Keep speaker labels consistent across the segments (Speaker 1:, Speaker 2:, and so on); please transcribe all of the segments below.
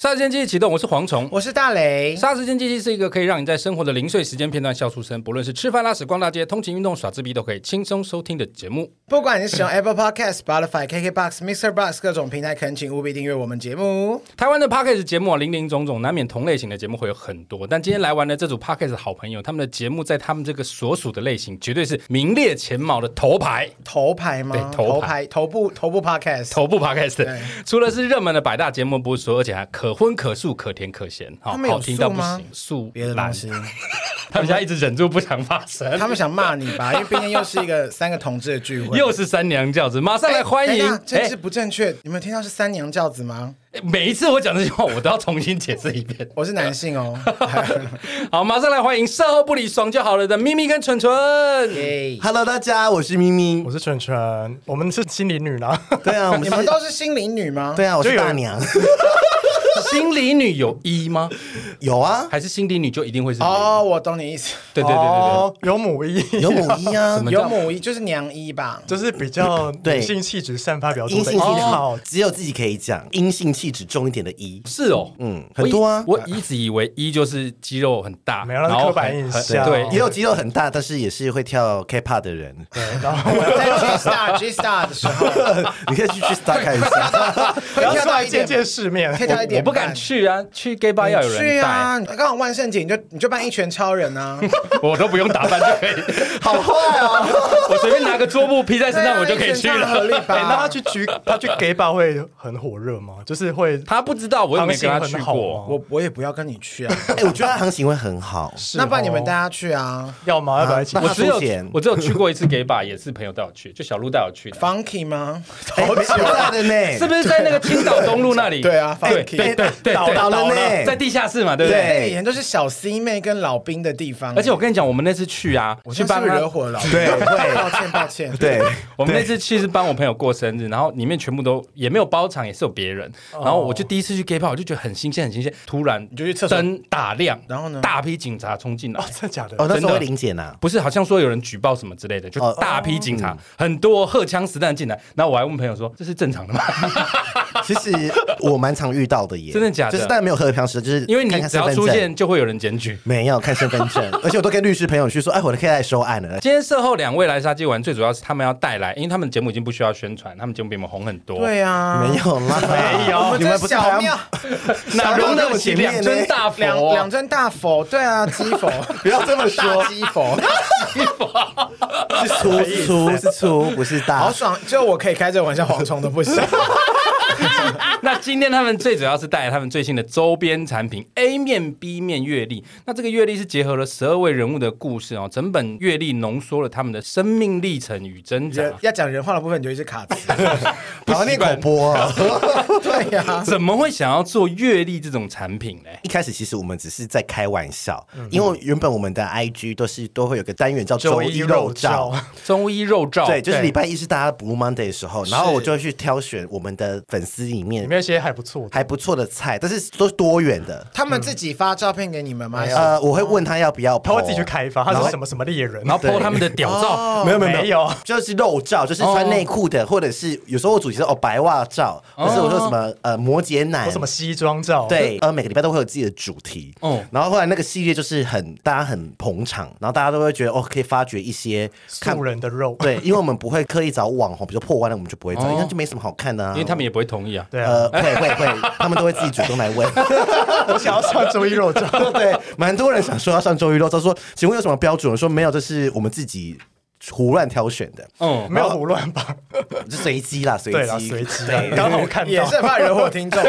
Speaker 1: 霎时间机器启动，我是蝗虫。
Speaker 2: 我是大雷，
Speaker 1: 霎时间机器是一个可以让你在生活的零碎时间片段笑出声，不论是吃饭、拉屎、逛大街、通勤、运动、耍自闭，都可以轻松收听的节目。
Speaker 2: 不管你是使用 Apple Podcast、Spotify、KKBox、Mr. Box 各种平台，恳请务必订阅我们节目。
Speaker 1: 台湾的 podcast 节目啊，林林总总，难免同类型的节目会有很多。但今天来玩的这组 podcast 好朋友，他们的节目在他们这个所属的类型，绝对是名列前茅的头牌。
Speaker 2: 头牌吗？
Speaker 1: 对头牌
Speaker 2: 头部头部 Podcast。
Speaker 1: 头部 podcast，
Speaker 2: 对
Speaker 1: 除了是热门的百大节目不说，而且还可荤可素、可甜可咸，好
Speaker 2: 他们有
Speaker 1: 好听到
Speaker 2: 素
Speaker 1: 不
Speaker 2: 吗
Speaker 1: 行，素
Speaker 2: 别的
Speaker 1: 烂
Speaker 2: 东西，
Speaker 1: 他们家一直忍住不想发声。
Speaker 2: 他们想骂你 吧，因为今天又是一个三个同志的聚会，
Speaker 1: 又是三娘教子，马上来欢迎！
Speaker 2: 哎等一下政
Speaker 1: 哎
Speaker 2: 治不正确，你们有听到是三娘教子吗？
Speaker 1: 哎每一次我讲这句话，我都要重新解释一遍。
Speaker 2: 我是男性哦。
Speaker 1: 好，马上来欢迎售后不理爽就好了的咪咪跟蠢蠢。
Speaker 2: 耶
Speaker 3: Hello，大家，我是咪咪
Speaker 4: 我。是纯纯，我们是心灵女郎。
Speaker 3: 对啊，我们
Speaker 2: 你
Speaker 3: 是
Speaker 2: 们都是心灵女吗？
Speaker 3: 对啊，我
Speaker 4: 就是有
Speaker 3: 大娘。
Speaker 1: 心理女有一吗？
Speaker 3: 有啊，
Speaker 1: 还是心理女就一定会是？哦，
Speaker 2: 哦，我懂你意思，
Speaker 1: 对对对对
Speaker 4: 哦，有母一，
Speaker 3: 有母一 啊
Speaker 1: 什，么叫
Speaker 2: 有母一就是娘一吧？
Speaker 4: 就是比较
Speaker 3: 对
Speaker 4: 女性气质散发比较多哦
Speaker 3: 阴
Speaker 4: 的
Speaker 3: 性气质
Speaker 4: 好
Speaker 3: 只有自己可以讲，阴性气质重一点的一
Speaker 1: 对，。是哦，嗯，
Speaker 3: 嗯，很多啊，
Speaker 1: 我一直以为一就是肌肉很大，
Speaker 4: 没有那是
Speaker 1: 然后
Speaker 4: 刻板
Speaker 1: 很
Speaker 4: 印
Speaker 1: 很
Speaker 4: 象
Speaker 1: 对，
Speaker 3: 也有肌肉很大，但是也是会跳 K-pop 的人。
Speaker 4: 然后我
Speaker 2: 在 G Star G Star 的时候，
Speaker 3: 你可以去去 star 看一下。
Speaker 2: 会
Speaker 4: 要
Speaker 2: 跳
Speaker 4: 出
Speaker 2: 到
Speaker 4: 来
Speaker 2: 一
Speaker 4: 见
Speaker 2: 点，
Speaker 4: 见世面。
Speaker 2: 可以跳到一
Speaker 1: 我
Speaker 2: 点
Speaker 1: 我
Speaker 2: 半，
Speaker 1: 不敢去啊，去 gay bar 要有
Speaker 2: 去
Speaker 1: 人带，
Speaker 2: 啊！刚好万圣节你就你就扮一拳超人啊，
Speaker 1: 我都不用打扮就可以，
Speaker 3: 好坏哦，
Speaker 1: 我随便拿个桌布披在身上，我就可以去
Speaker 2: 对啊那一拳超合
Speaker 1: 了。
Speaker 2: 理吧？
Speaker 4: 哎，那他去局，他去 gay bar 会很火热吗？就是会
Speaker 1: 他不知道，我也没跟他去
Speaker 4: 行情很好啊
Speaker 1: 过
Speaker 4: 吗。
Speaker 2: 我我也不要跟你 去啊，
Speaker 3: 哎，我觉得他行行会很好。
Speaker 4: 是
Speaker 2: 那不然
Speaker 4: 哦
Speaker 2: 你们大家去啊
Speaker 4: 要吗？要不要一起
Speaker 3: 啊？
Speaker 1: 我
Speaker 3: 他
Speaker 1: 只
Speaker 3: 出钱
Speaker 1: 有我只有去过一次 gay bar，也是朋友带我去，就小鹿带我去的。
Speaker 2: ，Funky 吗？
Speaker 3: 哎，不在的呢，
Speaker 1: 是不是在那个青岛东路那里？
Speaker 2: 对啊
Speaker 1: 对
Speaker 2: funky
Speaker 1: 对对对，
Speaker 3: 倒倒了呢？
Speaker 1: 在地下室嘛，对不对？
Speaker 3: 对
Speaker 2: 那以前都是小 C 妹跟老兵的地方，
Speaker 1: 而且我跟你讲，我们那次去啊，我
Speaker 2: 我
Speaker 1: 去
Speaker 2: 是
Speaker 1: 帮
Speaker 2: 不是
Speaker 1: 他
Speaker 2: 惹火了老兵？
Speaker 3: 对
Speaker 2: 对， 抱歉抱歉，
Speaker 3: 对，
Speaker 1: 我们那次去是帮我朋友过生日，然后里面全部都也没有包场，也是有别人。然后我就第一次去 gay bar，我就觉得很新鲜，很新鲜。突然
Speaker 2: 哦你就去厕所
Speaker 1: 灯打亮，
Speaker 2: 然后呢
Speaker 1: 大批警察冲进来
Speaker 4: 哦，， 真的假的？
Speaker 3: 哦，那时
Speaker 1: 真
Speaker 3: 候
Speaker 1: 的
Speaker 3: 会林姐呢。
Speaker 1: 不是好像说有人举报什么之类的，就
Speaker 3: 哦
Speaker 1: 大批警察，很多荷枪实弹进来。然后我还问朋友说：“这是正常的吗？”
Speaker 3: 其实我蛮常遇到的耶，
Speaker 1: 真的假的
Speaker 3: 就是当然没有喝平时，就是
Speaker 1: 因为你
Speaker 3: 看看
Speaker 1: 只
Speaker 3: 身
Speaker 1: 要
Speaker 3: 份
Speaker 1: 出
Speaker 3: 证
Speaker 1: 现就会有人检举。
Speaker 3: 没有看身份 证，而且我都跟律师朋友去说，哎，我的 K 来收案了。
Speaker 1: 今天售后两位来杀鸡玩，最主要是他们要带来，因为他们节目已经不需要宣传，他们节目比我们红很多。，
Speaker 2: 对啊，
Speaker 3: 没有啦，
Speaker 4: 嗯没有
Speaker 2: 我们
Speaker 3: 你
Speaker 2: 这
Speaker 3: 们不是
Speaker 2: 小
Speaker 3: 还要
Speaker 2: 庙
Speaker 1: 哪容得起
Speaker 3: 前面
Speaker 1: 两
Speaker 3: 呢
Speaker 1: 尊大佛、
Speaker 2: 两两
Speaker 1: 啊？
Speaker 2: 尊大佛，对啊，鸡佛，
Speaker 3: 不要这么说
Speaker 2: 大鸡佛，
Speaker 3: 是粗是粗是粗，不是
Speaker 2: 好
Speaker 3: 大。
Speaker 2: 爽，只有我可以开这个玩笑，蝗虫都 不行。
Speaker 1: 那今天他们最主要是带来他们最新的周边产品 A 面 B 面阅历。那这个阅历是结合了十二位人物的故事哦，整本阅历浓缩了他们的生命历程与挣扎
Speaker 2: 人。要讲人话的部分，你就一 直卡词。
Speaker 3: 好，念口播哦。
Speaker 2: 啊对啊呀，
Speaker 1: 怎么会想要做阅历这种产品呢？
Speaker 3: 一开始其实我们只是在开玩笑，
Speaker 4: 嗯
Speaker 3: 因为原本我们的 IG 都是都会有个单元叫周一肉照。
Speaker 1: 中医肉照，
Speaker 3: 对，就是
Speaker 4: 哦对
Speaker 3: 礼拜一是大家 Blue Monday 的时候，然后我就会去挑选我们的粉丝里
Speaker 4: 里
Speaker 3: 面
Speaker 4: 面有些还不错的，
Speaker 3: 还不错的菜，但是都是多元的。
Speaker 2: 他们自己发照片给你们吗？
Speaker 3: 呃，我会问他要不要 po，
Speaker 4: 啊他会自己去开发，他
Speaker 3: 然后
Speaker 4: 是什么什么猎人
Speaker 1: 然，后 PO 他们的屌照，
Speaker 3: 没有哦没有
Speaker 4: 没有，
Speaker 3: 就是肉照，就是
Speaker 4: 哦
Speaker 3: 穿内裤的，或者是有时候我主题是哦白袜照，或是我说什么呃摩羯男
Speaker 4: 有，什么西装照，，
Speaker 3: 对，呃每个礼拜都会有自己的主题，
Speaker 1: 哦
Speaker 3: 嗯，然后后来那个系列就是很大家很捧场，然后大家都会觉得哦可以发掘一些看
Speaker 4: 素人的肉，
Speaker 3: 对，因为我们不会刻意找网红，比如说破万的我们就不会找，
Speaker 1: 哦
Speaker 3: 因为就没什么好看的啊，
Speaker 1: 因为他们也不会同意啊。
Speaker 4: 对啊
Speaker 3: 呃，会会会，他们都会自己主动来问。
Speaker 4: 我 想要上周一肉照，
Speaker 3: 对，蛮多人想说要上周娱乐，他说：“请问有什么标准？”我说：“没有，这是我们自己胡乱挑选的，
Speaker 1: 嗯，
Speaker 4: 没有胡乱吧？
Speaker 3: 就随机啦，随
Speaker 4: 对啦，
Speaker 3: 机，
Speaker 4: 随机啦，刚好我看
Speaker 2: 也
Speaker 4: 到。
Speaker 2: 是怕惹火听众。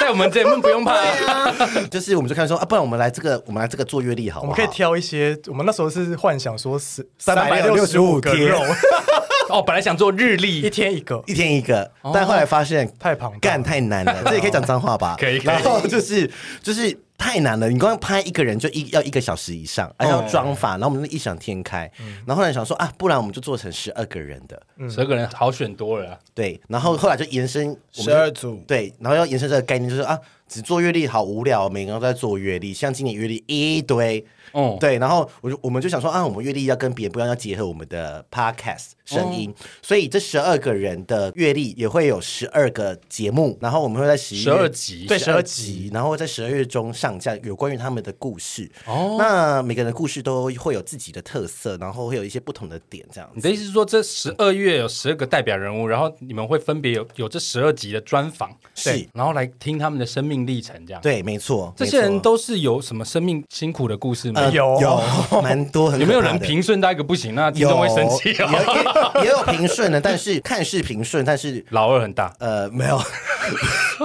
Speaker 1: 在我们节目不用怕， 啊
Speaker 3: 就是我们就看说啊，不然我们来这个，我们来这个做阅历好
Speaker 4: 我
Speaker 3: 不好？
Speaker 4: 们可以挑一些，我们那时候是幻想说是
Speaker 3: 365
Speaker 4: 个
Speaker 3: 天
Speaker 4: 肉，
Speaker 1: 哦，本来想做日历
Speaker 4: 一，天一个，
Speaker 3: 一天一个，但后来发现
Speaker 4: 太庞大
Speaker 3: 干太难了，这也可以讲脏话吧？
Speaker 1: 可以可以
Speaker 3: 然后就是就是。太难了。你光拍一个人就一要一个小时以
Speaker 4: 哦
Speaker 3: 上，而且要妆法，然后我们异想天开。
Speaker 4: 嗯
Speaker 3: 然后后来想说啊，不然我们就做成十二个人的，
Speaker 1: 十二个人好选多了啊，
Speaker 3: 对。然后后来就延伸我们就
Speaker 2: 十二组，
Speaker 3: 对，然后要延伸这个概念，就是啊，只做阅历好无聊，每个人都在做阅历，像今年阅历一堆，
Speaker 1: 哦，
Speaker 3: 对，然后我就我们就想说啊，我们阅历要跟别人不一样，要结合我们的 podcast
Speaker 1: 哦
Speaker 3: 声音，所以这十二个人的阅历也会有十二个节目，然后我们会在十一
Speaker 1: 12集
Speaker 3: 对，
Speaker 4: 12
Speaker 3: 十二集，然后在十二月中上架有关于他们的故事。
Speaker 1: 哦
Speaker 3: 哦，那每个人的故事都会有自己的特色，然后会有一些不同的点，这样
Speaker 1: 你
Speaker 3: 子。
Speaker 1: 的意思是说，这十二月有十二个代表人物，然后你们会分别有有这十二集的专访，
Speaker 3: 是
Speaker 1: 对然后来听他们的生命历程，这样。，
Speaker 3: 对，没错，
Speaker 1: 这
Speaker 3: 没
Speaker 1: 些人
Speaker 3: 错
Speaker 1: 都是有什么生命辛苦的故事吗？
Speaker 3: 呃
Speaker 4: 有
Speaker 3: 有蛮多，很
Speaker 1: 有没有
Speaker 3: 可怕
Speaker 1: 人
Speaker 3: 的
Speaker 1: 平顺到一个不行？那听
Speaker 3: 有
Speaker 1: 众会生气哦。
Speaker 3: 有也也有平顺的，但是看似平顺，但是
Speaker 1: 老二很大，
Speaker 3: 呃没有，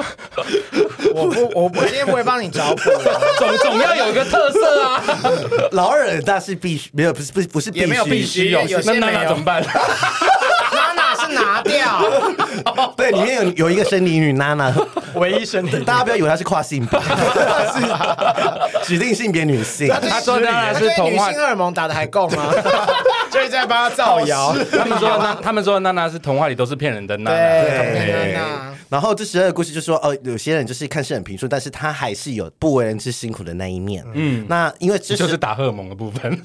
Speaker 2: 我不，我不，今天不会帮你找补啊，
Speaker 1: 总总要有一个特色啊。
Speaker 3: 老二耳大是必须没有，不是不是不是
Speaker 2: 也没有必须
Speaker 1: 有，
Speaker 2: 有
Speaker 1: 那
Speaker 2: 些
Speaker 1: 那
Speaker 2: 没
Speaker 1: 那
Speaker 2: 有
Speaker 1: 怎么办？
Speaker 2: 娜娜是拿掉，
Speaker 3: 对，里面有有一个生理女娜 娜，
Speaker 4: 唯一生理，
Speaker 3: 大家不要以为她是跨性别，是 指定性别女性。
Speaker 1: 他说当然
Speaker 2: 他
Speaker 1: 是
Speaker 2: 对
Speaker 1: 童
Speaker 2: 女
Speaker 1: 话
Speaker 2: 性荷尔蒙打的还够吗？就是在帮他造 谣，
Speaker 1: 他们说娜，他们说娜娜是童话里都是骗人的娜娜。
Speaker 2: 对，娜娜。
Speaker 3: 然后这十二个故事就说，哦，有些人就是看似很平顺，但是他还是有不为人知辛苦的那一面。嗯，那因为这
Speaker 1: 这就是打荷尔蒙的部分，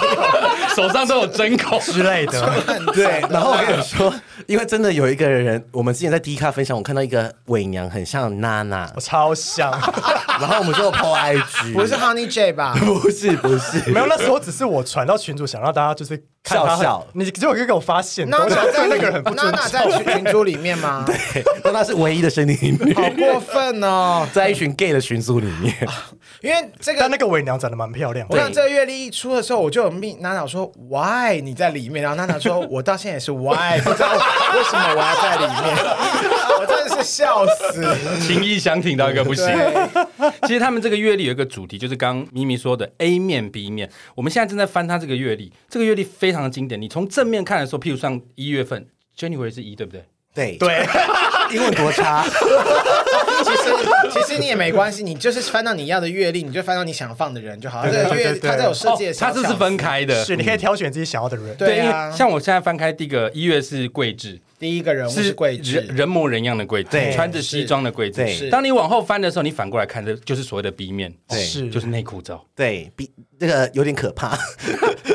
Speaker 1: 手上都有针孔之类的。
Speaker 3: 对，然后我跟你说，因为真的有一个人，我们之前在 D 咖分享，我看到一个伪娘很像娜娜，
Speaker 4: 我超像，
Speaker 3: 然后我们就 po IG，
Speaker 2: 不是 Honey J 吧？
Speaker 3: 不是不是，
Speaker 4: 没有那时候只是我传到群主，想让大家就是看他很
Speaker 3: 笑笑
Speaker 4: 你结果又给我发现，
Speaker 2: 娜
Speaker 4: 我
Speaker 2: 娜在
Speaker 4: 对那个人很不
Speaker 2: 娜
Speaker 4: 尊
Speaker 2: 娜
Speaker 4: 重，
Speaker 2: 在群群组里面吗？
Speaker 3: 那她是唯一的生理女，
Speaker 2: 好过分哦！
Speaker 3: 在一群 gay 的群组里面，
Speaker 2: 因为这
Speaker 4: 但
Speaker 2: 个，
Speaker 4: 那个伪娘长得蛮漂亮
Speaker 2: 我
Speaker 4: 的，
Speaker 2: 想这个阅历一出的时候，我就有命娜娜说 Why 你在里面？然后娜娜说 我到现在也是 Why 不知道为什么我要在里面， 我真的是笑死。
Speaker 1: 情意相挺到一个不行。
Speaker 2: 对，
Speaker 1: 其实他们这个月历有一个主题，就是刚刚咪咪说的 A 面 B 面。我们现在正在翻他这个月历，这个月历非常的经典。你从正面看的时候，譬如像一月份，January 是一，对不对？
Speaker 3: 对，
Speaker 4: 对，
Speaker 3: 英文多差，
Speaker 2: 其实其实你也没关系，你就是翻到你要的阅历，你就翻到你想放的人就好。这个阅
Speaker 4: 对对对
Speaker 2: 它都有世界
Speaker 1: 哦
Speaker 2: 小
Speaker 1: 它
Speaker 2: 小
Speaker 1: 这是分开的。嗯
Speaker 4: 是你可以挑选自己想要的人，
Speaker 2: 对
Speaker 1: 因
Speaker 2: 啊
Speaker 1: 为像我现在翻开第一个一月是桂枝，
Speaker 2: 第一个人物是桂
Speaker 1: 人
Speaker 2: 枝，
Speaker 1: 人模人样的桂枝，
Speaker 3: 对
Speaker 1: 穿着西装的桂
Speaker 3: 对
Speaker 1: 枝。
Speaker 2: 是
Speaker 1: 当你往后翻的时候，你反过来看，这就是所谓的 B 面，哦
Speaker 3: 对
Speaker 4: 是
Speaker 1: 就是内裤照。
Speaker 3: 对比这个有点可怕，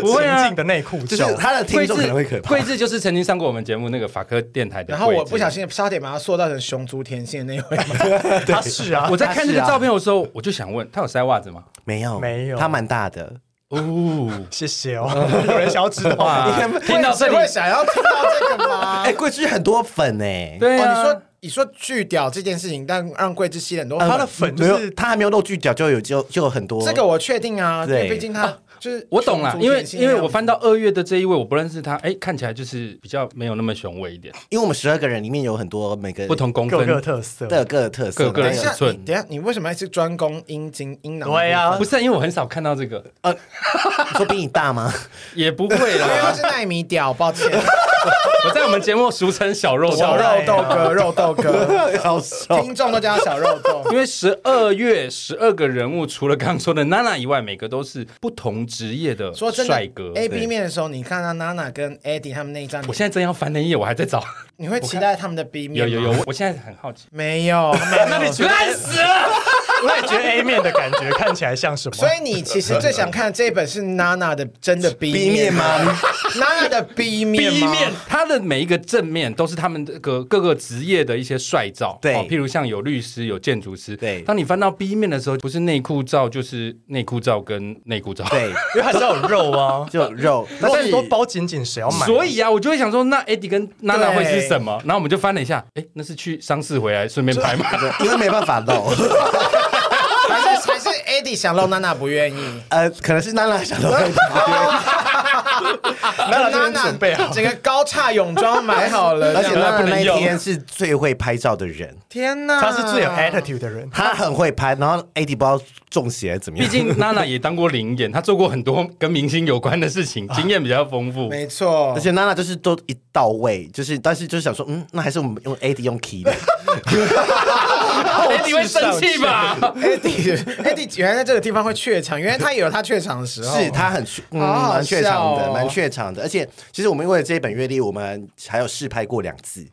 Speaker 1: 不会啊
Speaker 4: 情境的内裤
Speaker 3: 就
Speaker 4: 照
Speaker 3: 是他的听
Speaker 1: 桂枝
Speaker 3: 众可能会可怕
Speaker 1: 桂。枝就是曾经上过我们节目那个法科电台的。
Speaker 2: 然后我不小。心差点把它塑造成熊族天线的那位嘛。
Speaker 4: 他是啊，
Speaker 1: 我在看这个照片的时候，我就想问，他有塞袜子吗？
Speaker 3: 没有
Speaker 4: 没有
Speaker 3: 他蛮大的，
Speaker 1: 哦，
Speaker 4: 谢谢哦，有人想要知道
Speaker 1: 哇
Speaker 4: 吗？
Speaker 1: 听到这
Speaker 2: 谁
Speaker 1: 里，
Speaker 2: 会想要听到这个 吗？
Speaker 3: 哎，桂枝很多粉哎，
Speaker 1: 对
Speaker 2: 哦，你
Speaker 1: 啊
Speaker 2: 说，你说巨屌这件事情，但让桂枝吸了很多
Speaker 1: 呃
Speaker 3: 嗯，
Speaker 4: 他的粉就是
Speaker 3: 没有他还没有露巨角就有就就有很多
Speaker 2: 这个我确定啊，因
Speaker 3: 对
Speaker 2: 为毕竟他就是
Speaker 1: 我懂了，因为
Speaker 2: 熊族
Speaker 1: 因为我翻
Speaker 2: 典型的样子
Speaker 1: 到二月的这一位，我不认识他，哎，看起来就是比较没有那么雄伟一点，
Speaker 3: 因为我们十二个人里面有很多每个
Speaker 1: 不同公
Speaker 4: 各有各的
Speaker 1: 分。
Speaker 4: 特色，
Speaker 3: 各有各的特色，
Speaker 1: 各有各的人
Speaker 2: 等一
Speaker 1: 尺
Speaker 2: 下，
Speaker 1: 寸
Speaker 2: 你等一下，你为什么一直专攻阴茎阴囊？
Speaker 4: 对啊
Speaker 2: 呀，
Speaker 1: 不是，因为我很少看到这个，
Speaker 3: 呃，你说比你大吗？
Speaker 1: 也不会
Speaker 2: 因为啊他
Speaker 1: 啦。
Speaker 2: 是纳米屌，抱 歉，
Speaker 1: 我在我们节目俗称小肉
Speaker 2: 小
Speaker 1: 包
Speaker 2: 肉豆 哥，肉豆哥，
Speaker 3: 好瘦，
Speaker 2: 听众都叫他小肉豆。
Speaker 1: 因为十二月十二个人物，除了刚刚说的娜娜以外，每个都是不同职业的
Speaker 2: 说真
Speaker 1: 帅哥
Speaker 2: 的。，A 哎 B
Speaker 1: 对
Speaker 2: 面的时候，你看到娜娜跟 Eddie 他们那一张，你
Speaker 1: 我现在正要翻那一页，我还在找。
Speaker 2: 你会期待他们的 B 面
Speaker 1: 有
Speaker 2: 吗
Speaker 1: 有有，，我我现在很好奇。
Speaker 2: 没有，没有。
Speaker 1: 烂死了！
Speaker 4: 我也觉得 A 面的感觉看起来像什么？
Speaker 2: 所以你其实最想看这一本是娜娜的真的 B
Speaker 3: B 面吗？
Speaker 2: 娜娜的 B 面吗？
Speaker 1: B 面，他的每一个正面都是他们这个各个职业的一些帅照，
Speaker 3: 对
Speaker 1: 哦譬如像有律师、有建筑师，
Speaker 3: 对
Speaker 1: 当你翻到 B 面的时候，不是内裤照就是内裤照跟内裤照，
Speaker 3: 对，，
Speaker 4: 因为还是要有肉啊
Speaker 3: 就有肉，
Speaker 4: 那
Speaker 3: 但
Speaker 4: 但
Speaker 3: 是
Speaker 4: 多包紧紧，谁要买？
Speaker 1: 所以啊，我就会想说，那 Eddie 跟娜娜会是
Speaker 2: 对
Speaker 1: 什么？然后我们就翻了一下，哎，那是去商事回来顺便拍吗？
Speaker 3: 因为没办法露，
Speaker 2: 还是还是 Eddie 想露娜娜不愿意。
Speaker 3: 呃，可能是娜娜想露。
Speaker 4: 娜娜这边准备好
Speaker 2: 整个高叉泳装买好了，
Speaker 3: 而且
Speaker 2: 这样
Speaker 3: 娜娜
Speaker 1: 不
Speaker 3: 那
Speaker 1: 能
Speaker 3: 一
Speaker 1: 用
Speaker 3: 天是最会拍照的人，
Speaker 2: 天哪，
Speaker 4: 他是最有 attitude 的人，
Speaker 3: 她很会拍，然后 AD 不知道中邪还是怎么
Speaker 1: 毕
Speaker 3: 样，
Speaker 1: 竟娜娜也当过灵演，她做过很多跟明星有关的事情，经验比较丰富。
Speaker 2: 没错
Speaker 3: 而。且娜娜就是都一 到位，就是但是就是想说，嗯，那还是我们用 AD 用 key 的，
Speaker 1: 哎你会生气吧？
Speaker 2: Eddie Eddie 原来在这个地方会怯场，原来他也有他怯场的时候。
Speaker 3: 是他很怯，嗯，
Speaker 2: 好好
Speaker 3: 蛮怯场
Speaker 2: 笑
Speaker 3: 的，
Speaker 2: 哦
Speaker 3: 蛮怯场的。而且，其实我们因为这一本阅历，我们还有试拍过两次，